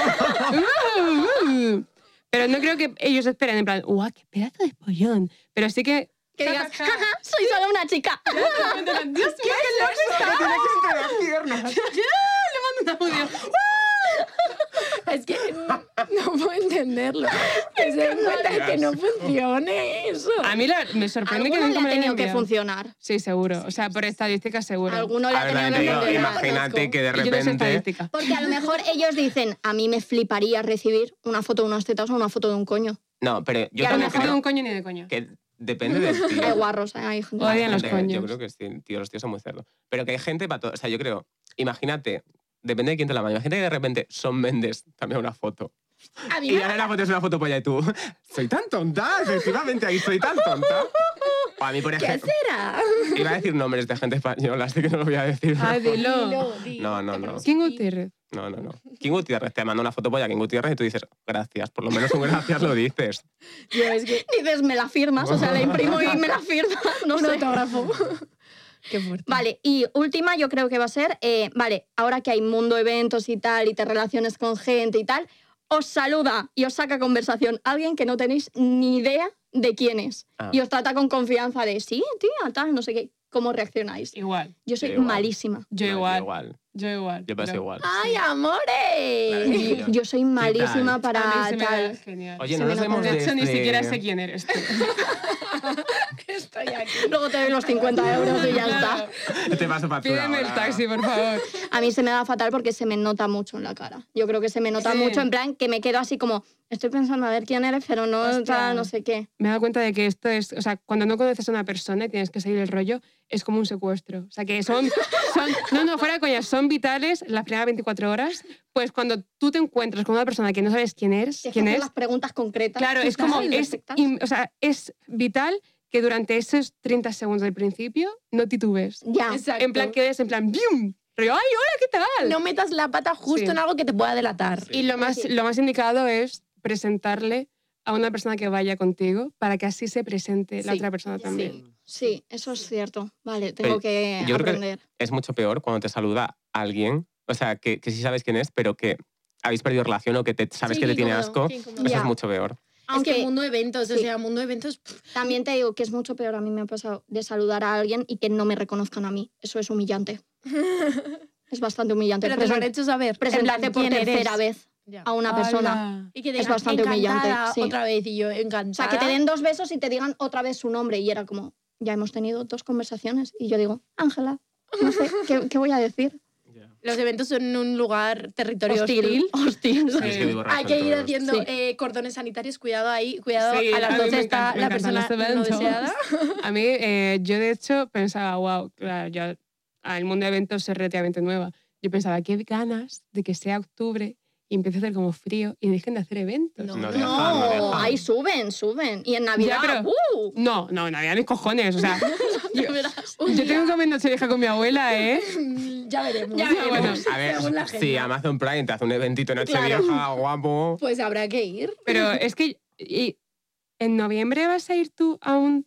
Speaker 6: Uh, [LAUGHS] Pero no creo que ellos esperen en plan, ¡guau, qué pedazo de pollón! Pero sí que...
Speaker 4: que digas,
Speaker 6: [LAUGHS]
Speaker 4: jaja, soy solo una chica.
Speaker 6: [LAUGHS]
Speaker 3: Es que no, no
Speaker 5: [LAUGHS]
Speaker 3: puedo entenderlo. Que se den cuenta de que no funcione eso.
Speaker 6: A mí la- me sorprende que
Speaker 4: Alguno le
Speaker 6: nunca
Speaker 4: ha
Speaker 6: me lo hayan
Speaker 4: tenido que
Speaker 6: enviado.
Speaker 4: funcionar.
Speaker 6: Sí, seguro. O sea, por estadísticas, seguro.
Speaker 4: Alguno le
Speaker 5: A
Speaker 4: ha
Speaker 5: ver, también
Speaker 4: tenido
Speaker 5: te
Speaker 4: que
Speaker 5: digo,
Speaker 4: funcionar.
Speaker 5: imagínate que de
Speaker 6: Y yo no sé
Speaker 5: repente...
Speaker 6: estadística.
Speaker 4: Porque a lo mejor ellos dicen, a mí me fliparía recibir una foto de unas tetas o una foto de un coño.
Speaker 5: No, pero yo
Speaker 6: Y a lo
Speaker 5: también
Speaker 6: mejor de
Speaker 5: creo
Speaker 6: un coño ni de coño.
Speaker 5: que depende del tío.
Speaker 4: Hay guarros, hay gente.
Speaker 6: Odian los
Speaker 5: Gente,
Speaker 6: coños.
Speaker 5: Yo creo que sí, tío, los tíos son muy cerdos. Pero que hay gente para todo. O sea, yo creo, imagínate, depende de quién te la manda. Imagínate que de repente son Méndez, también una foto.
Speaker 3: A mí
Speaker 5: Y
Speaker 3: me-
Speaker 5: ahora la foto es una foto polla y tú. Soy tan tonta, efectivamente, ahí soy tan tonta. O a mí, por
Speaker 3: ¿Qué
Speaker 5: ejemplo.
Speaker 3: será?
Speaker 5: Iba a decir nombres de gente española, así que no lo voy a decir.
Speaker 6: Ah, dilo.
Speaker 3: Dilo, di,
Speaker 5: No, no,
Speaker 3: te
Speaker 5: no.
Speaker 3: prometo.
Speaker 6: ¿Quién Gutiérrez?
Speaker 5: No, no, no. King Gutiérrez te manda una foto polla, King Gutiérrez, y tú dices, gracias, por lo menos un gracias lo dices.
Speaker 3: Yo es que
Speaker 4: Dices, me la firmas, o sea, la imprimo y me la
Speaker 6: [LAUGHS]
Speaker 4: firma. No
Speaker 3: un
Speaker 4: sé.
Speaker 3: autógrafo. Qué fuerte.
Speaker 4: Vale, y última yo creo que va a ser, eh, vale, ahora que hay mundo eventos y tal, y te relaciones con gente y tal, os saluda y os saca conversación alguien que no tenéis ni idea de quién es.
Speaker 5: Ah.
Speaker 4: Y os trata con confianza de, sí, tía, tal, no sé qué. ¿Cómo reaccionáis?
Speaker 6: Igual.
Speaker 4: Yo soy
Speaker 5: Yo igual.
Speaker 6: [LAUGHS]
Speaker 4: malísima.
Speaker 6: [LAUGHS] Yo
Speaker 5: No,
Speaker 6: igual. Ah,
Speaker 5: igual.
Speaker 6: Yo igual.
Speaker 5: Yo paso
Speaker 6: Pero-
Speaker 5: igual.
Speaker 3: [LAUGHS] ¡Ay, amores! [LAUGHS]
Speaker 5: Claro.
Speaker 4: Yo soy malísima
Speaker 6: A mí
Speaker 4: para
Speaker 6: se me da
Speaker 4: tal.
Speaker 6: genial.
Speaker 5: Oye,
Speaker 4: Se
Speaker 5: no
Speaker 4: me
Speaker 5: nos
Speaker 4: nota.
Speaker 5: vemos
Speaker 6: de hecho, ni
Speaker 5: desde-
Speaker 6: siquiera sé quién [LAUGHS] eres tú.
Speaker 3: Estoy aquí.
Speaker 4: Luego te doy los
Speaker 6: [LAUGHS]
Speaker 4: 50 euros y ya está.
Speaker 5: Te paso factura
Speaker 6: Pídeme el
Speaker 5: ahora.
Speaker 6: taxi, por favor.
Speaker 4: A mí se me da fatal porque se me nota mucho en la cara. Yo creo que se me nota
Speaker 6: Sí.
Speaker 4: mucho en plan que me quedo así como, estoy pensando a ver quién eres, pero no
Speaker 6: Ostras.
Speaker 4: tal, no sé qué.
Speaker 6: Me he dado cuenta de que esto es, o sea, cuando no conoces a una persona y tienes que seguir el rollo, es como un secuestro. O sea, que son, son no, no, fuera de coña, son vitales las primeras 24 horas. Pues cuando tú te encuentras con una persona que no sabes quién eres,
Speaker 4: Que
Speaker 6: quién
Speaker 4: hacer
Speaker 6: es,
Speaker 4: las preguntas concretas.
Speaker 6: Claro, es
Speaker 4: Estás
Speaker 6: como,
Speaker 4: ahí
Speaker 6: es,
Speaker 4: perfectas.
Speaker 6: im- o sea, es vital que durante esos 30 segundos del principio no titubes.
Speaker 4: Ya.
Speaker 3: Exacto.
Speaker 6: En plan, quedes en plan, ¡bium! Rollo, ¡ay, hola, qué tal!
Speaker 3: no metas la pata justo
Speaker 6: Sí.
Speaker 3: en algo que te pueda delatar.
Speaker 6: Y lo más, lo más indicado es presentarle a una persona que vaya contigo para que así se presente la
Speaker 3: Sí,
Speaker 6: otra persona también.
Speaker 4: Sí, eso es cierto. Vale, tengo
Speaker 5: Eh,
Speaker 4: que
Speaker 5: yo creo que-
Speaker 4: aprender.
Speaker 5: Es mucho peor cuando te saluda alguien, o sea, que, que sí sabes quién es, pero que habéis perdido relación o que te, sabes que te tiene asco. Eso
Speaker 4: Ya.
Speaker 5: es mucho peor.
Speaker 4: Aunque
Speaker 3: Es que mundo eventos, o
Speaker 4: sí.
Speaker 3: sea, mundo eventos. pff,
Speaker 4: también te digo que es mucho peor, a mí me ha pasado de saludar a alguien y que no me reconozcan a mí. Eso es humillante. es bastante humillante.
Speaker 3: Pero te lo
Speaker 4: Presen-
Speaker 3: han hecho saber.
Speaker 4: presentarte por tercera vez
Speaker 3: vez.
Speaker 4: a una persona.
Speaker 3: Y que
Speaker 4: Es
Speaker 3: digan,
Speaker 4: bastante humillante,
Speaker 3: "Encantada",
Speaker 4: sí.
Speaker 3: Otra vez y yo
Speaker 4: O sea,
Speaker 3: encantada.
Speaker 4: que te den dos besos y te digan otra vez su nombre. Y era como, ya hemos tenido dos conversaciones. Y yo digo, Ángela, no
Speaker 6: [LAUGHS]
Speaker 4: sé, ¿qué, qué voy a decir?
Speaker 3: Los eventos son en un lugar territorio hostil.
Speaker 4: Hostil. [LAUGHS] Hostil.
Speaker 5: Yo
Speaker 6: Eh,
Speaker 5: es que vivo
Speaker 3: Hay
Speaker 5: razón
Speaker 3: que ir
Speaker 5: todo.
Speaker 3: haciendo
Speaker 4: Sí.
Speaker 3: eh, cordones sanitarios, cuidado ahí, cuidado.
Speaker 6: Sí,
Speaker 3: a
Speaker 6: a
Speaker 3: las
Speaker 6: mí
Speaker 3: 12
Speaker 6: me
Speaker 3: está
Speaker 6: encanta- me
Speaker 3: la
Speaker 6: encantan
Speaker 3: persona
Speaker 6: los
Speaker 3: no
Speaker 6: eventos.
Speaker 5: [LAUGHS]
Speaker 3: deseada.
Speaker 6: A mí, eh, yo de hecho pensaba, wow, claro, yo al mundo de eventos es relativamente nueva. Yo pensaba, qué ganas de que sea octubre y empiece a hacer como frío y dejen de hacer eventos.
Speaker 3: No.
Speaker 5: No, dejan, no
Speaker 4: No,
Speaker 5: dejan.
Speaker 4: ahí suben, suben. Y en Navidad,
Speaker 6: pero-
Speaker 4: ¡uh!
Speaker 6: No, no, en Navidad mis cojones. O sea, [LAUGHS]
Speaker 4: Ya verás.
Speaker 6: yo tengo que comer noche vieja con mi abuela, ¿eh?
Speaker 3: [LAUGHS] Mm, Ya veremos.
Speaker 4: Ya
Speaker 3: según- [LAUGHS]
Speaker 6: bueno,
Speaker 5: a ver,
Speaker 3: según la gente.
Speaker 5: si Amazon Prime te hace un eventito en
Speaker 3: Claro.
Speaker 5: Nochevieja, guapo.
Speaker 3: Pues habrá que ir.
Speaker 6: Pero es que y- en noviembre vas a ir tú a un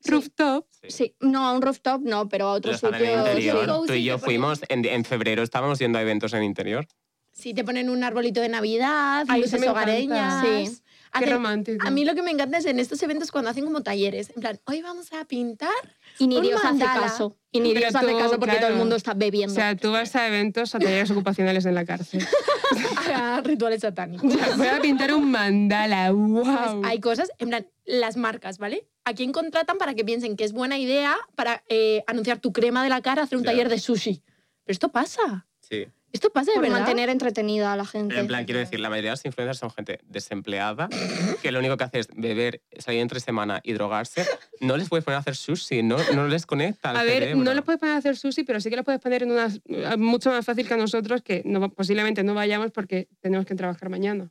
Speaker 4: Sí.
Speaker 6: rooftop.
Speaker 4: Sí, no, a un rooftop no, pero a otro
Speaker 5: Pero están en el
Speaker 4: sitio.
Speaker 5: interior.
Speaker 4: sí.
Speaker 3: Go,
Speaker 5: Tú
Speaker 3: sí,
Speaker 5: y yo
Speaker 3: que ponen-
Speaker 5: fuimos, en, en febrero estábamos yendo a eventos en interior.
Speaker 3: Si te ponen un arbolito de Navidad,
Speaker 6: Ay, eso
Speaker 3: luces
Speaker 6: me encanta.
Speaker 3: hogareñas.
Speaker 4: Sí.
Speaker 6: Qué
Speaker 3: Hacen-
Speaker 6: romántico.
Speaker 3: a mí lo que me encanta es en estos eventos cuando hacen como talleres. En plan, hoy vamos a pintar.
Speaker 4: Y ni
Speaker 3: Un
Speaker 4: Dios hace
Speaker 3: mandala.
Speaker 4: caso. Y ni
Speaker 6: Pero
Speaker 4: Dios hace
Speaker 6: tú,
Speaker 4: caso porque todo
Speaker 6: claro.
Speaker 4: el mundo está
Speaker 6: o
Speaker 4: bebiendo.
Speaker 6: sea, tú vas a eventos o talleres ocupacionales en la cárcel.
Speaker 3: a rituales satánicos.
Speaker 6: O sea, Voy a pintar un mandala.
Speaker 3: Pues
Speaker 6: ¡Wow!
Speaker 3: hay cosas, en plan, las marcas, ¿vale? ¿A quién contratan para que piensen que es buena idea para eh, anunciar tu crema de la cara, hacer un
Speaker 5: Ya.
Speaker 3: taller de sushi? Pero esto pasa.
Speaker 5: Sí.
Speaker 3: Esto pasa de
Speaker 4: por
Speaker 3: verdad.
Speaker 4: mantener entretenida a la gente.
Speaker 5: Pero en plan, quiero decir, la mayoría de los influencers son gente
Speaker 6: [LAUGHS]
Speaker 5: desempleada, que lo único que hace es beber, salir entre semana y drogarse. No les puedes poner a hacer sushi, no, no les conecta al
Speaker 6: A ver,
Speaker 5: cerebro.
Speaker 6: no los puedes poner a hacer sushi, pero sí que los puedes poner en unas mucho más fácil que a nosotros, que no, va- posiblemente no vayamos porque tenemos que trabajar mañana.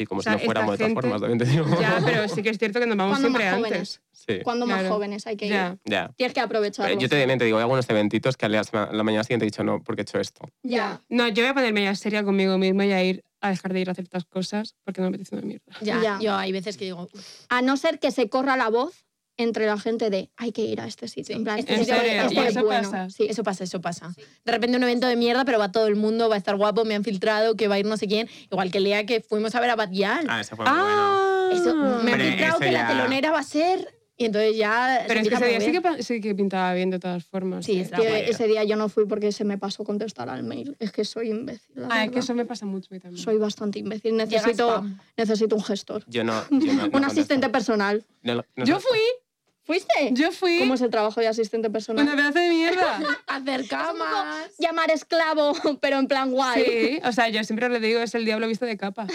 Speaker 5: Sí, como
Speaker 6: o sea,
Speaker 5: si no fuéramos
Speaker 6: esta
Speaker 5: de todas formas,
Speaker 6: gente-
Speaker 5: también te digo.
Speaker 6: Ya, pero sí que es cierto que nos vamos
Speaker 4: Cuando más
Speaker 6: siempre antes.
Speaker 4: jóvenes.
Speaker 5: [LAUGHS] Sí,
Speaker 4: Cuando más
Speaker 6: Claro.
Speaker 4: jóvenes hay que ir.
Speaker 6: Ya.
Speaker 5: ya.
Speaker 4: Tienes que aprovecharlo.
Speaker 5: Yo te, te digo, hay algunos eventitos que a la, sema- la mañana siguiente he dicho no, porque he hecho esto.
Speaker 4: Ya.
Speaker 6: No, yo voy a ponerme ya seria conmigo misma y a ir a dejar de ir a ciertas cosas porque no me apetece una mierda.
Speaker 3: Ya,
Speaker 4: Ya.
Speaker 3: yo hay veces que digo,
Speaker 4: A no ser que se corra la voz entre la gente de hay que ir a este sitio.
Speaker 3: Sí.
Speaker 4: En plan,
Speaker 3: ¿En
Speaker 4: este,
Speaker 3: serio?
Speaker 4: este
Speaker 3: ¿Y
Speaker 4: es
Speaker 3: eso
Speaker 4: bueno.
Speaker 6: pasa?
Speaker 4: Sí.
Speaker 3: eso pasa, eso pasa. De repente un evento de mierda, pero va todo el mundo, va a estar guapo, me han filtrado, que va a ir no sé quién. Igual que Lea, que fuimos a ver a Batial.
Speaker 5: Ah, ese fue muy bueno.
Speaker 3: Eso, me han
Speaker 5: Hombre,
Speaker 3: filtrado
Speaker 5: eso
Speaker 3: que la
Speaker 5: ya-
Speaker 3: telonera va a ser. Y entonces ya. se
Speaker 6: Pero es que
Speaker 3: empieza a
Speaker 6: ese día sí
Speaker 3: mover.
Speaker 6: que, pa- sí que pintaba bien de todas formas.
Speaker 3: Sí,
Speaker 6: ¿eh?
Speaker 3: está
Speaker 4: Que
Speaker 3: guay.
Speaker 4: ese día yo no fui porque se me pasó contestar al mail. Es que soy imbécil. la
Speaker 6: Ah, es que
Speaker 4: verdad.
Speaker 6: eso me pasa mucho a mí también.
Speaker 4: Soy bastante imbécil.
Speaker 3: Llega
Speaker 4: Necesito,
Speaker 3: spam.
Speaker 4: necesito un gestor.
Speaker 5: Yo no. Yo no,
Speaker 6: [LAUGHS]
Speaker 5: no
Speaker 4: un
Speaker 5: contesto.
Speaker 4: asistente personal.
Speaker 5: No, no, no.
Speaker 6: Yo fui,
Speaker 4: ¿Fuiste?
Speaker 6: yo fui.
Speaker 4: ¿Cómo es el trabajo de asistente personal?
Speaker 6: Una pedazo de mierda.
Speaker 4: [LAUGHS]
Speaker 3: Hacer camas.
Speaker 4: Llamar esclavo, [LAUGHS] pero en plan guay.
Speaker 6: Sí, o sea, yo siempre le digo, es el diablo visto de capa.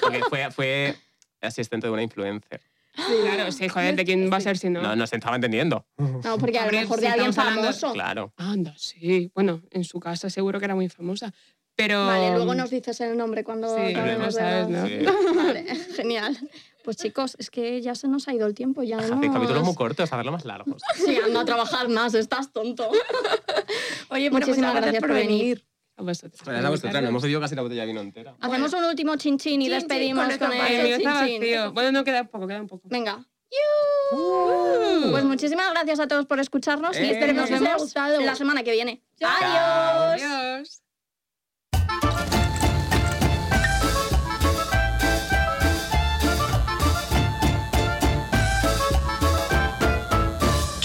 Speaker 5: Porque fue, fue asistente de una influencer.
Speaker 6: Claro, sí, joder, ¿de quién va a ser si no?
Speaker 5: No, no se estaba entendiendo.
Speaker 4: No, porque a lo
Speaker 6: Hombre,
Speaker 4: mejor
Speaker 6: si
Speaker 4: de alguien
Speaker 6: estamos hablando-
Speaker 4: famoso.
Speaker 5: Claro.
Speaker 6: Anda, sí. Bueno, en su casa seguro que era muy famosa. Pero...
Speaker 4: Vale, luego nos dices el nombre cuando
Speaker 6: Sí,
Speaker 4: acabemos de-
Speaker 6: lo sabes, ¿no?
Speaker 4: [LAUGHS]
Speaker 5: Sí.
Speaker 4: Vale, genial. Pues chicos, es que ya se nos ha ido el tiempo, ya no.
Speaker 5: Hacéis capítulos muy cortos, hacerlo más largos.
Speaker 4: Sí, anda a trabajar más, estás tonto.
Speaker 3: Oye, pues
Speaker 4: pero muchas gracias por venir.
Speaker 6: A vosotros.
Speaker 5: Bueno, a vosotras, nos hemos pedido casi la botella de vino entera.
Speaker 4: Hacemos un último chin chin y
Speaker 3: Chin, chin,
Speaker 4: despedimos
Speaker 3: con
Speaker 4: con,
Speaker 3: nuestro
Speaker 6: Eh,
Speaker 4: el
Speaker 6: el mío está
Speaker 4: chin, chin.
Speaker 6: vacío. Bueno, no, queda un poco, queda un poco.
Speaker 4: Venga.
Speaker 6: Uh.
Speaker 4: Pues muchísimas gracias a todos por escucharnos y
Speaker 5: Eh,
Speaker 4: esperemos
Speaker 5: nos
Speaker 4: que os haya
Speaker 3: vemos.
Speaker 4: gustado la semana que viene.
Speaker 5: Adiós.
Speaker 6: Adiós.